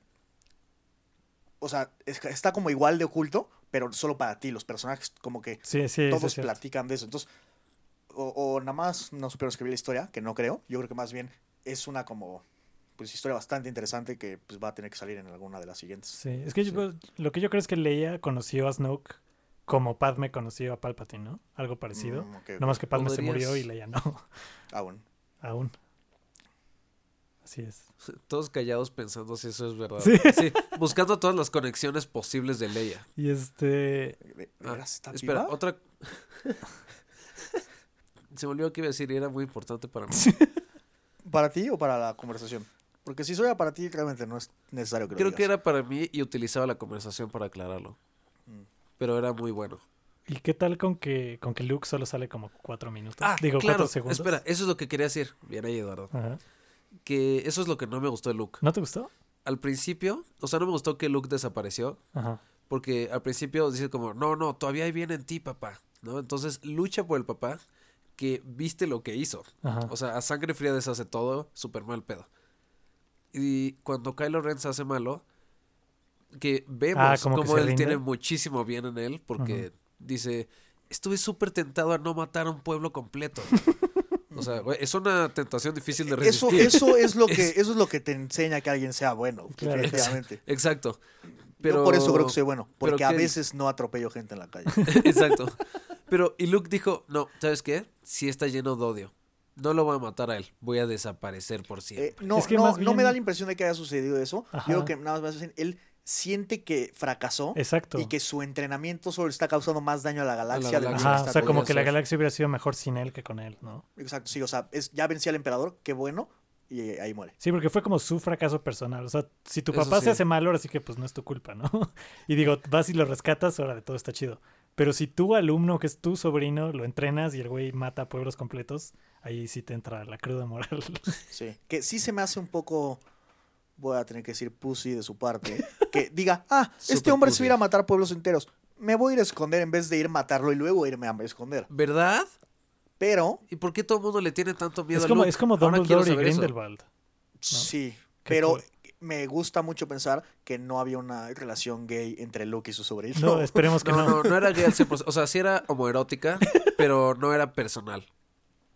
Speaker 1: o sea, es- está como igual de oculto, pero solo para ti, los personajes como que
Speaker 2: Sí, sí, eso es
Speaker 1: todos
Speaker 2: cierto.
Speaker 1: platican de eso. Entonces, o, o nada más no supieron escribir la historia, que no creo. Yo creo que más bien es una como pues historia bastante interesante que pues va a tener que salir en alguna de las siguientes.
Speaker 2: Sí, es que yo- lo que yo creo es que Leia conoció a Snoke como Padme conoció a Palpatine, ¿no? Algo parecido.
Speaker 1: Mm, ok, ok.
Speaker 2: No más que Padme se
Speaker 3: Podrías-
Speaker 2: murió y Leia no,
Speaker 1: Ah, bueno.
Speaker 2: aún. Así es.
Speaker 3: Todos callados pensando si eso es verdad.
Speaker 2: Sí.
Speaker 3: Sí, buscando todas las conexiones posibles de Leia.
Speaker 2: Y este...
Speaker 1: ¿De- de
Speaker 3: Ah,
Speaker 1: veras está
Speaker 3: Espera,
Speaker 1: viva?
Speaker 3: otra. Se me olvidó que iba a decir y era muy importante para mí.
Speaker 1: ¿Para ti o para la conversación? Porque si soy para ti, realmente no es necesario que lo
Speaker 3: Creo que
Speaker 1: digas.
Speaker 3: era para mí y utilizaba la conversación para aclararlo.
Speaker 1: Mm.
Speaker 3: Pero era muy bueno.
Speaker 2: ¿Y qué tal con que, con que Luke solo sale como cuatro minutos?
Speaker 3: Ah,
Speaker 2: Digo,
Speaker 3: claro.
Speaker 2: cuatro segundos.
Speaker 3: Espera, eso es lo que quería decir. Bien ahí, Eduardo.
Speaker 2: Ajá.
Speaker 3: Que eso es lo que no me gustó de Luke.
Speaker 2: ¿No te gustó?
Speaker 3: Al principio, o sea, no me gustó que Luke desapareció.
Speaker 2: Ajá.
Speaker 3: Porque al principio dice como, no, no, todavía hay bien en ti, papá. ¿No? Entonces lucha por el papá que viste lo que hizo.
Speaker 2: Ajá.
Speaker 3: O sea, a sangre fría deshace todo, súper mal pedo. Y cuando Kylo Ren se hace malo, que vemos
Speaker 2: Ah, como
Speaker 3: como
Speaker 2: que se
Speaker 3: él
Speaker 2: rinde.
Speaker 3: tiene muchísimo bien en él, porque dice, estuve súper tentado a no matar a un pueblo completo. o sea, güey, es una tentación difícil de
Speaker 1: Eso,
Speaker 3: resistir.
Speaker 1: eso es lo que, eso es lo que te enseña que alguien sea bueno,
Speaker 2: Claro.
Speaker 1: definitivamente.
Speaker 3: Exacto. Pero...
Speaker 1: Yo por eso creo que soy bueno,
Speaker 3: pero
Speaker 1: porque a
Speaker 3: ¿qué di-
Speaker 1: veces no atropello gente en la calle.
Speaker 3: Exacto. Pero, y Luke dijo, no, ¿sabes qué? Si está lleno de odio. No lo voy a matar a él, voy a desaparecer por siempre.
Speaker 1: Eh, no,
Speaker 2: Es que
Speaker 1: no,
Speaker 2: más
Speaker 1: no me
Speaker 2: bien-
Speaker 1: da la impresión de que haya sucedido eso.
Speaker 2: Ajá.
Speaker 1: Yo creo que nada más bien él siente que fracasó
Speaker 2: Exacto.
Speaker 1: y que su entrenamiento solo está causando más daño a la galaxia. de lo que
Speaker 3: galaxia.
Speaker 1: lo
Speaker 2: Ajá,
Speaker 1: está
Speaker 2: o sea, como
Speaker 1: causando.
Speaker 2: que la
Speaker 3: ser.
Speaker 2: galaxia hubiera sido mejor sin él que con él, ¿no?
Speaker 1: Exacto, sí, o sea, es, ya vencía al emperador, qué bueno, y eh, ahí muere.
Speaker 2: Sí, porque fue como su fracaso personal. O sea, si tu
Speaker 3: Eso
Speaker 2: papá
Speaker 3: sí.
Speaker 2: se hace mal, ahora sí que pues no es tu culpa, ¿no? Y digo, vas y lo rescatas, ahora de todo está chido. Pero si tu alumno, que es tu sobrino, lo entrenas y el güey mata pueblos completos, ahí sí te entra la cruda moral.
Speaker 3: Pues,
Speaker 1: Sí. Que sí se me hace un poco, voy a tener que decir pussy de su parte, que diga, ah, este
Speaker 3: Súper
Speaker 1: hombre se
Speaker 3: pussy.
Speaker 1: va a ir a matar pueblos enteros. Me voy a ir a esconder en vez de ir a matarlo y luego irme a esconder.
Speaker 3: ¿Verdad?
Speaker 1: Pero,
Speaker 3: ¿Y por qué todo el mundo le tiene tanto miedo
Speaker 2: es,
Speaker 3: a
Speaker 2: como,
Speaker 3: Luke?
Speaker 2: es como
Speaker 3: Ahora quiero
Speaker 2: Dumbledore y
Speaker 3: saber eso.
Speaker 2: Grindelwald.
Speaker 1: sí,
Speaker 2: Qué
Speaker 1: pero
Speaker 2: cool.
Speaker 1: me gusta mucho pensar que no había una relación gay entre Luke y su sobrino.
Speaker 2: No, esperemos que
Speaker 3: No,
Speaker 2: no.
Speaker 3: no, no era gay al 100%. O sea, sí era homoerótica, pero no era personal.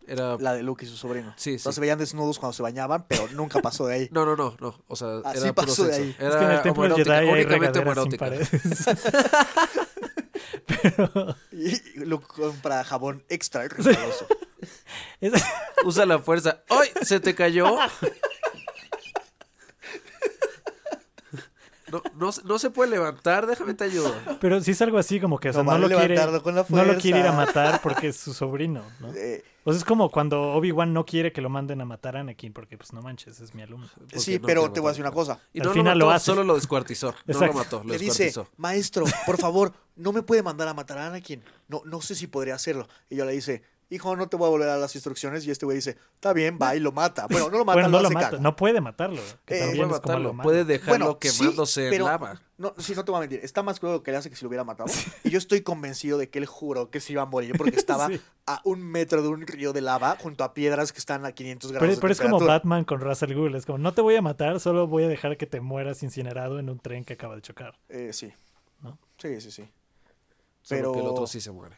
Speaker 3: Era...
Speaker 1: La de Luke y su sobrino.
Speaker 3: Sí, sí.
Speaker 1: Entonces se veían desnudos cuando se bañaban, pero nunca pasó de ahí.
Speaker 3: No, no, no, no. O sea,
Speaker 1: Así
Speaker 3: era puro
Speaker 1: pasó de
Speaker 3: sexo.
Speaker 1: ahí.
Speaker 3: Era
Speaker 2: es que en el templo del
Speaker 3: homoerótica,
Speaker 2: Jedi hay
Speaker 3: únicamente
Speaker 2: regaderas sin
Speaker 3: homoerótica.
Speaker 2: paredes.
Speaker 1: Y Luke compra jabón extra resbaloso.
Speaker 2: Es-
Speaker 3: Usa la fuerza. ¡Ay! ¿Se te cayó? No, no, se- no se puede levantar, déjame te ayudo.
Speaker 2: pero sí es algo así como que o sea,
Speaker 1: No
Speaker 2: no, lo
Speaker 1: vale
Speaker 2: quiere,
Speaker 1: levantarlo con la
Speaker 2: no lo quiere ir a
Speaker 1: fuerza.
Speaker 2: matar porque es su sobrino, ¿no?
Speaker 1: Eh,
Speaker 2: O sea, es como cuando Obi-Wan no quiere que lo manden a matar a Anakin porque, pues, no manches, es mi alumno.
Speaker 3: Porque
Speaker 1: sí,
Speaker 3: no
Speaker 1: pero
Speaker 3: quiere
Speaker 1: te voy a decir una
Speaker 3: matar.
Speaker 1: cosa.
Speaker 3: Y
Speaker 2: Al
Speaker 3: no
Speaker 2: final
Speaker 3: lo
Speaker 2: lo
Speaker 3: mató,
Speaker 2: hace.
Speaker 3: solo lo descuartizó. No lo
Speaker 2: Exacto.
Speaker 3: mató, lo
Speaker 1: Le dice,
Speaker 3: descuartizó.
Speaker 1: maestro, por favor, no me puede mandar a matar a Anakin. No, no sé si podría hacerlo. Y yo le dice, hijo, no te voy a volver a dar las instrucciones. Y este güey dice, está bien, va y lo mata. Bueno, no lo mata,
Speaker 2: bueno,
Speaker 1: lo
Speaker 2: no lo
Speaker 1: hace
Speaker 2: mata,
Speaker 1: caca.
Speaker 2: no puede matarlo. Que
Speaker 1: Eh,
Speaker 2: también
Speaker 3: puede
Speaker 2: es como
Speaker 3: matarlo,
Speaker 2: lo malo.
Speaker 3: puede dejarlo
Speaker 1: Bueno, sí,
Speaker 3: quemándose en
Speaker 1: pero-
Speaker 3: lava.
Speaker 1: No, sí, no te voy a mentir. Está más crudo que le hace que si lo hubiera matado. Y yo estoy convencido de que él juró que se iba a morir porque estaba
Speaker 2: Sí.
Speaker 1: a un metro de un río de lava junto a piedras que están a 500 grados
Speaker 2: Pero,
Speaker 1: de
Speaker 2: pero es como
Speaker 1: temperatura.
Speaker 2: Batman con Russell Gould. Es como, no te voy a matar, solo voy a dejar que te mueras incinerado en un tren que acaba de chocar.
Speaker 1: Eh, sí.
Speaker 2: ¿No?
Speaker 1: Sí, sí, sí.
Speaker 3: Pero...
Speaker 1: Pero,
Speaker 3: que el otro sí se muere.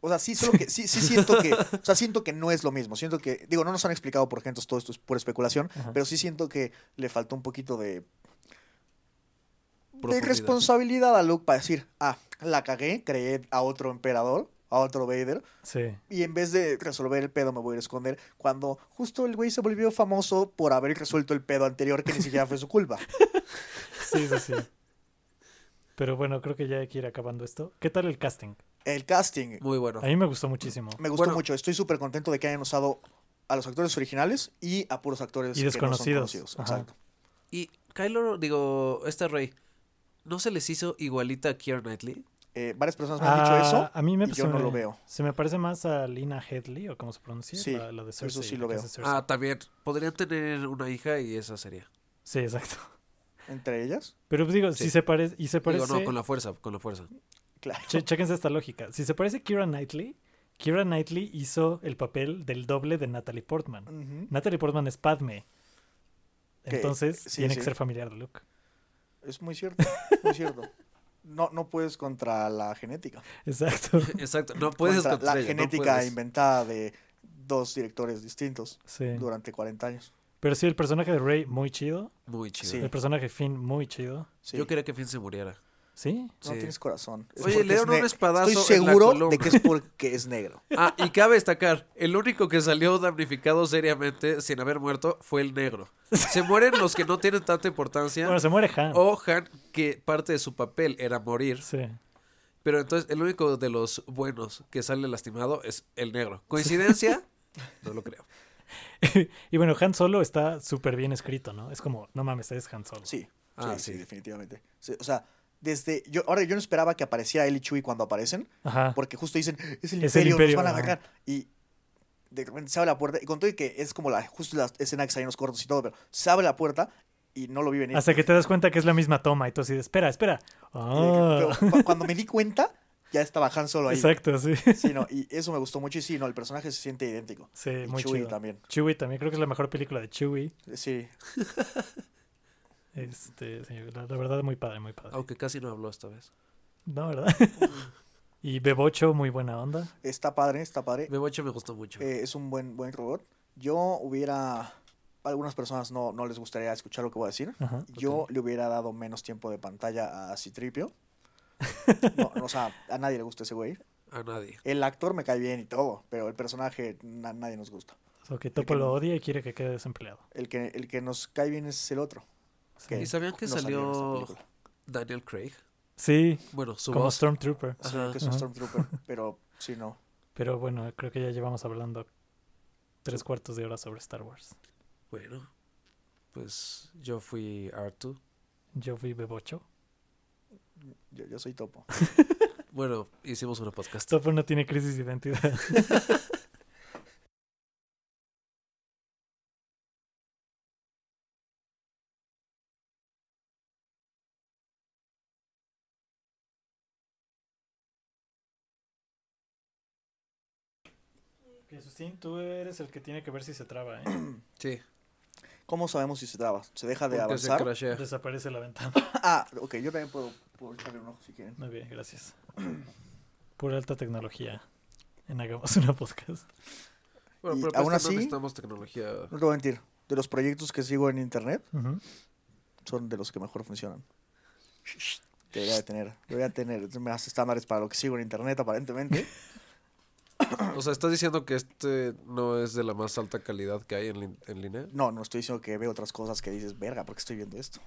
Speaker 1: o sea, sí, solo que, sí, sí siento que, o sea, siento que no es lo mismo. Siento que, digo, no nos han explicado por qué, entonces todo esto es pura especulación,
Speaker 2: Ajá.
Speaker 1: pero sí siento que le faltó un poquito de, de
Speaker 3: Profundidad.
Speaker 1: responsabilidad a Luke para decir, ah, la cagué, creé a otro emperador, a otro Vader,
Speaker 2: Sí.
Speaker 1: y en vez de resolver el pedo me voy a ir a esconder, cuando justo el güey se volvió famoso por haber resuelto el pedo anterior que ni siquiera fue su culpa.
Speaker 2: Sí, sí, sí. Pero bueno, creo que ya hay que ir acabando esto. ¿Qué tal el casting?
Speaker 1: El casting,
Speaker 3: Muy bueno.
Speaker 2: A mí me gustó muchísimo.
Speaker 1: Me gustó
Speaker 3: Bueno.
Speaker 1: mucho. Estoy súper contento de que hayan usado a los actores originales y a puros actores
Speaker 2: Y
Speaker 1: que no son
Speaker 2: desconocidos.
Speaker 1: conocidos.
Speaker 2: Ajá.
Speaker 1: Exacto.
Speaker 3: Y Kylo, digo, esta Rey, ¿no se les hizo igualita a Keira Knightley?
Speaker 1: Eh, varias personas me han dicho
Speaker 2: Ah,
Speaker 1: eso.
Speaker 2: a mí me
Speaker 1: y yo
Speaker 2: se
Speaker 1: no
Speaker 2: me-
Speaker 1: lo veo.
Speaker 2: Se me parece más a Lina Headley, o cómo se pronuncia,
Speaker 1: Sí,
Speaker 2: la, la de
Speaker 1: eso
Speaker 2: Cersei.
Speaker 1: sí
Speaker 2: la
Speaker 1: lo
Speaker 2: que
Speaker 1: veo.
Speaker 2: hace Cersei.
Speaker 3: Ah, también. Podrían tener una hija y esa sería.
Speaker 2: Sí, exacto.
Speaker 1: Entre ellas,
Speaker 2: Pero pues, digo, si
Speaker 3: Sí.
Speaker 2: se parece... Y se parece...
Speaker 3: Digo, no, con la fuerza, con la fuerza.
Speaker 1: claro.
Speaker 2: Che- chéquense esta lógica. Si se parece a Kira Knightley, Kira Knightley hizo el papel del doble de Natalie Portman.
Speaker 1: Ujú.
Speaker 2: Natalie Portman es Padme.
Speaker 1: Que-
Speaker 2: Entonces,
Speaker 1: sí,
Speaker 2: tiene
Speaker 1: sí.
Speaker 2: que ser familiar de Luke.
Speaker 1: Es muy cierto. es Muy cierto. No, no puedes contra la genética.
Speaker 2: Exacto.
Speaker 3: Exacto. No puedes
Speaker 1: Contra
Speaker 3: contra
Speaker 1: la
Speaker 3: ella, no
Speaker 1: genética
Speaker 3: puedes.
Speaker 1: inventada de dos directores distintos
Speaker 2: Sí.
Speaker 1: durante 40 años.
Speaker 2: Pero sí, el personaje de Rey, muy chido.
Speaker 3: Muy chido.
Speaker 1: Sí.
Speaker 2: El personaje de Finn, muy chido.
Speaker 1: Sí.
Speaker 3: Yo quería que Finn se muriera.
Speaker 2: ¿Sí.
Speaker 1: No
Speaker 3: Sí.
Speaker 1: tienes corazón. Es
Speaker 3: Oye,
Speaker 1: porque
Speaker 3: le
Speaker 1: es
Speaker 3: dieron un
Speaker 1: ne-
Speaker 3: espadazo
Speaker 1: Estoy
Speaker 3: en la
Speaker 1: seguro de
Speaker 3: columna.
Speaker 1: que es porque es negro.
Speaker 3: Ah, y cabe destacar, el único que salió damnificado seriamente sin haber muerto fue el negro. Se mueren los que no tienen tanta importancia.
Speaker 2: Bueno, se muere Han.
Speaker 1: Oh.
Speaker 3: O Han, que parte de su papel era morir.
Speaker 2: Sí.
Speaker 3: Pero entonces el único de los buenos que sale lastimado es el negro. ¿Coincidencia? No lo creo.
Speaker 2: y bueno, Han Solo está súper bien escrito, ¿no? Es como, no mames, es Han Solo.
Speaker 1: Sí,
Speaker 3: Ah,
Speaker 1: sí, sí,
Speaker 3: sí.
Speaker 1: definitivamente. Sí, o sea, desde yo ahora yo no esperaba que apareciera él y Chewie cuando aparecen,
Speaker 2: Ajá.
Speaker 1: porque justo dicen, es el
Speaker 2: Ah. Es el
Speaker 1: imperio,
Speaker 2: imperio,
Speaker 1: nos van a
Speaker 2: ajá.
Speaker 1: agarrar y de repente se abre la puerta y con todo y que es como la justo la escena que salen los cortos y todo, pero se abre la puerta y no lo vi venir.
Speaker 2: Hasta que te das cuenta que es la misma toma y tú así de, espera, espera.
Speaker 1: Y de que-
Speaker 2: Ah.
Speaker 1: pero cu- cuando me di cuenta ya estaba Han solo ahí.
Speaker 2: Exacto, sí.
Speaker 1: Sí, no, y eso me gustó mucho y sí, no, el personaje se siente idéntico.
Speaker 2: Sí,
Speaker 1: y
Speaker 2: muy
Speaker 1: Chewie
Speaker 2: chido.
Speaker 1: también.
Speaker 2: Chewie también, creo que es la mejor película de Chewie.
Speaker 1: Sí,
Speaker 2: Este, sí, la, la verdad, muy padre, muy padre.
Speaker 3: Aunque casi no habló esta vez.
Speaker 2: No, ¿verdad? y Bebocho, muy buena onda.
Speaker 1: está padre, está padre.
Speaker 3: Bebocho me gustó mucho.
Speaker 1: Eh, es un buen, buen robot. Yo hubiera. Algunas personas no, no les gustaría escuchar lo que voy a decir.
Speaker 2: Ajá.
Speaker 1: Yo le hubiera dado menos tiempo de pantalla a Citripio. No, no, o sea, a nadie le gusta ese güey.
Speaker 3: A nadie.
Speaker 1: El actor me cae bien y todo, pero el personaje a nadie nos gusta.
Speaker 2: O que Topo
Speaker 1: que-
Speaker 2: lo odia y quiere que quede desempleado.
Speaker 1: El que, el que nos cae bien es el otro.
Speaker 2: Sí.
Speaker 1: Que
Speaker 3: ¿Y sabían que
Speaker 1: no salió en esta
Speaker 3: salió
Speaker 1: película.
Speaker 3: Daniel Craig.
Speaker 2: Sí,
Speaker 3: Bueno, su
Speaker 2: como
Speaker 3: voz.
Speaker 2: Stormtrooper.
Speaker 1: Sí,
Speaker 3: Ajá.
Speaker 1: que es un
Speaker 2: Ajá.
Speaker 1: Stormtrooper, pero sí, no.
Speaker 2: Pero bueno, creo que ya llevamos hablando tres cuartos de hora sobre Star Wars.
Speaker 3: Bueno, pues yo fui R2.
Speaker 2: Yo fui Bebocho.
Speaker 1: Yo, yo soy topo.
Speaker 3: Bueno, hicimos una podcast.
Speaker 2: Stopper no tiene crisis de identidad. Justin, tú eres el que tiene que ver si se traba, ¿eh?
Speaker 3: Sí,
Speaker 1: ¿Cómo sabemos si se traba? ¿Se deja de
Speaker 3: porque se
Speaker 1: avanzar?
Speaker 3: crashea.
Speaker 2: Desaparece la ventana.
Speaker 1: Ah, ok, yo también puedo, puedo echarle un ojo si quieren.
Speaker 2: Muy bien, gracias. Pura alta tecnología en Hagamos una Podcast.
Speaker 3: Bueno,
Speaker 1: Y
Speaker 3: pero
Speaker 1: aún
Speaker 3: aún así
Speaker 1: así-
Speaker 3: necesitamos tecnología.
Speaker 1: No te voy a mentir. De los proyectos que sigo en internet,
Speaker 2: Ujú.
Speaker 1: son de los que mejor funcionan. Debería de tener, debería de tener más estándares para lo que sigo en internet, aparentemente.
Speaker 3: O sea, ¿estás diciendo que este no es de la más alta calidad que hay en, lin- en línea?
Speaker 1: No, no estoy diciendo que veo otras cosas que dices, verga, ¿por qué estoy viendo esto?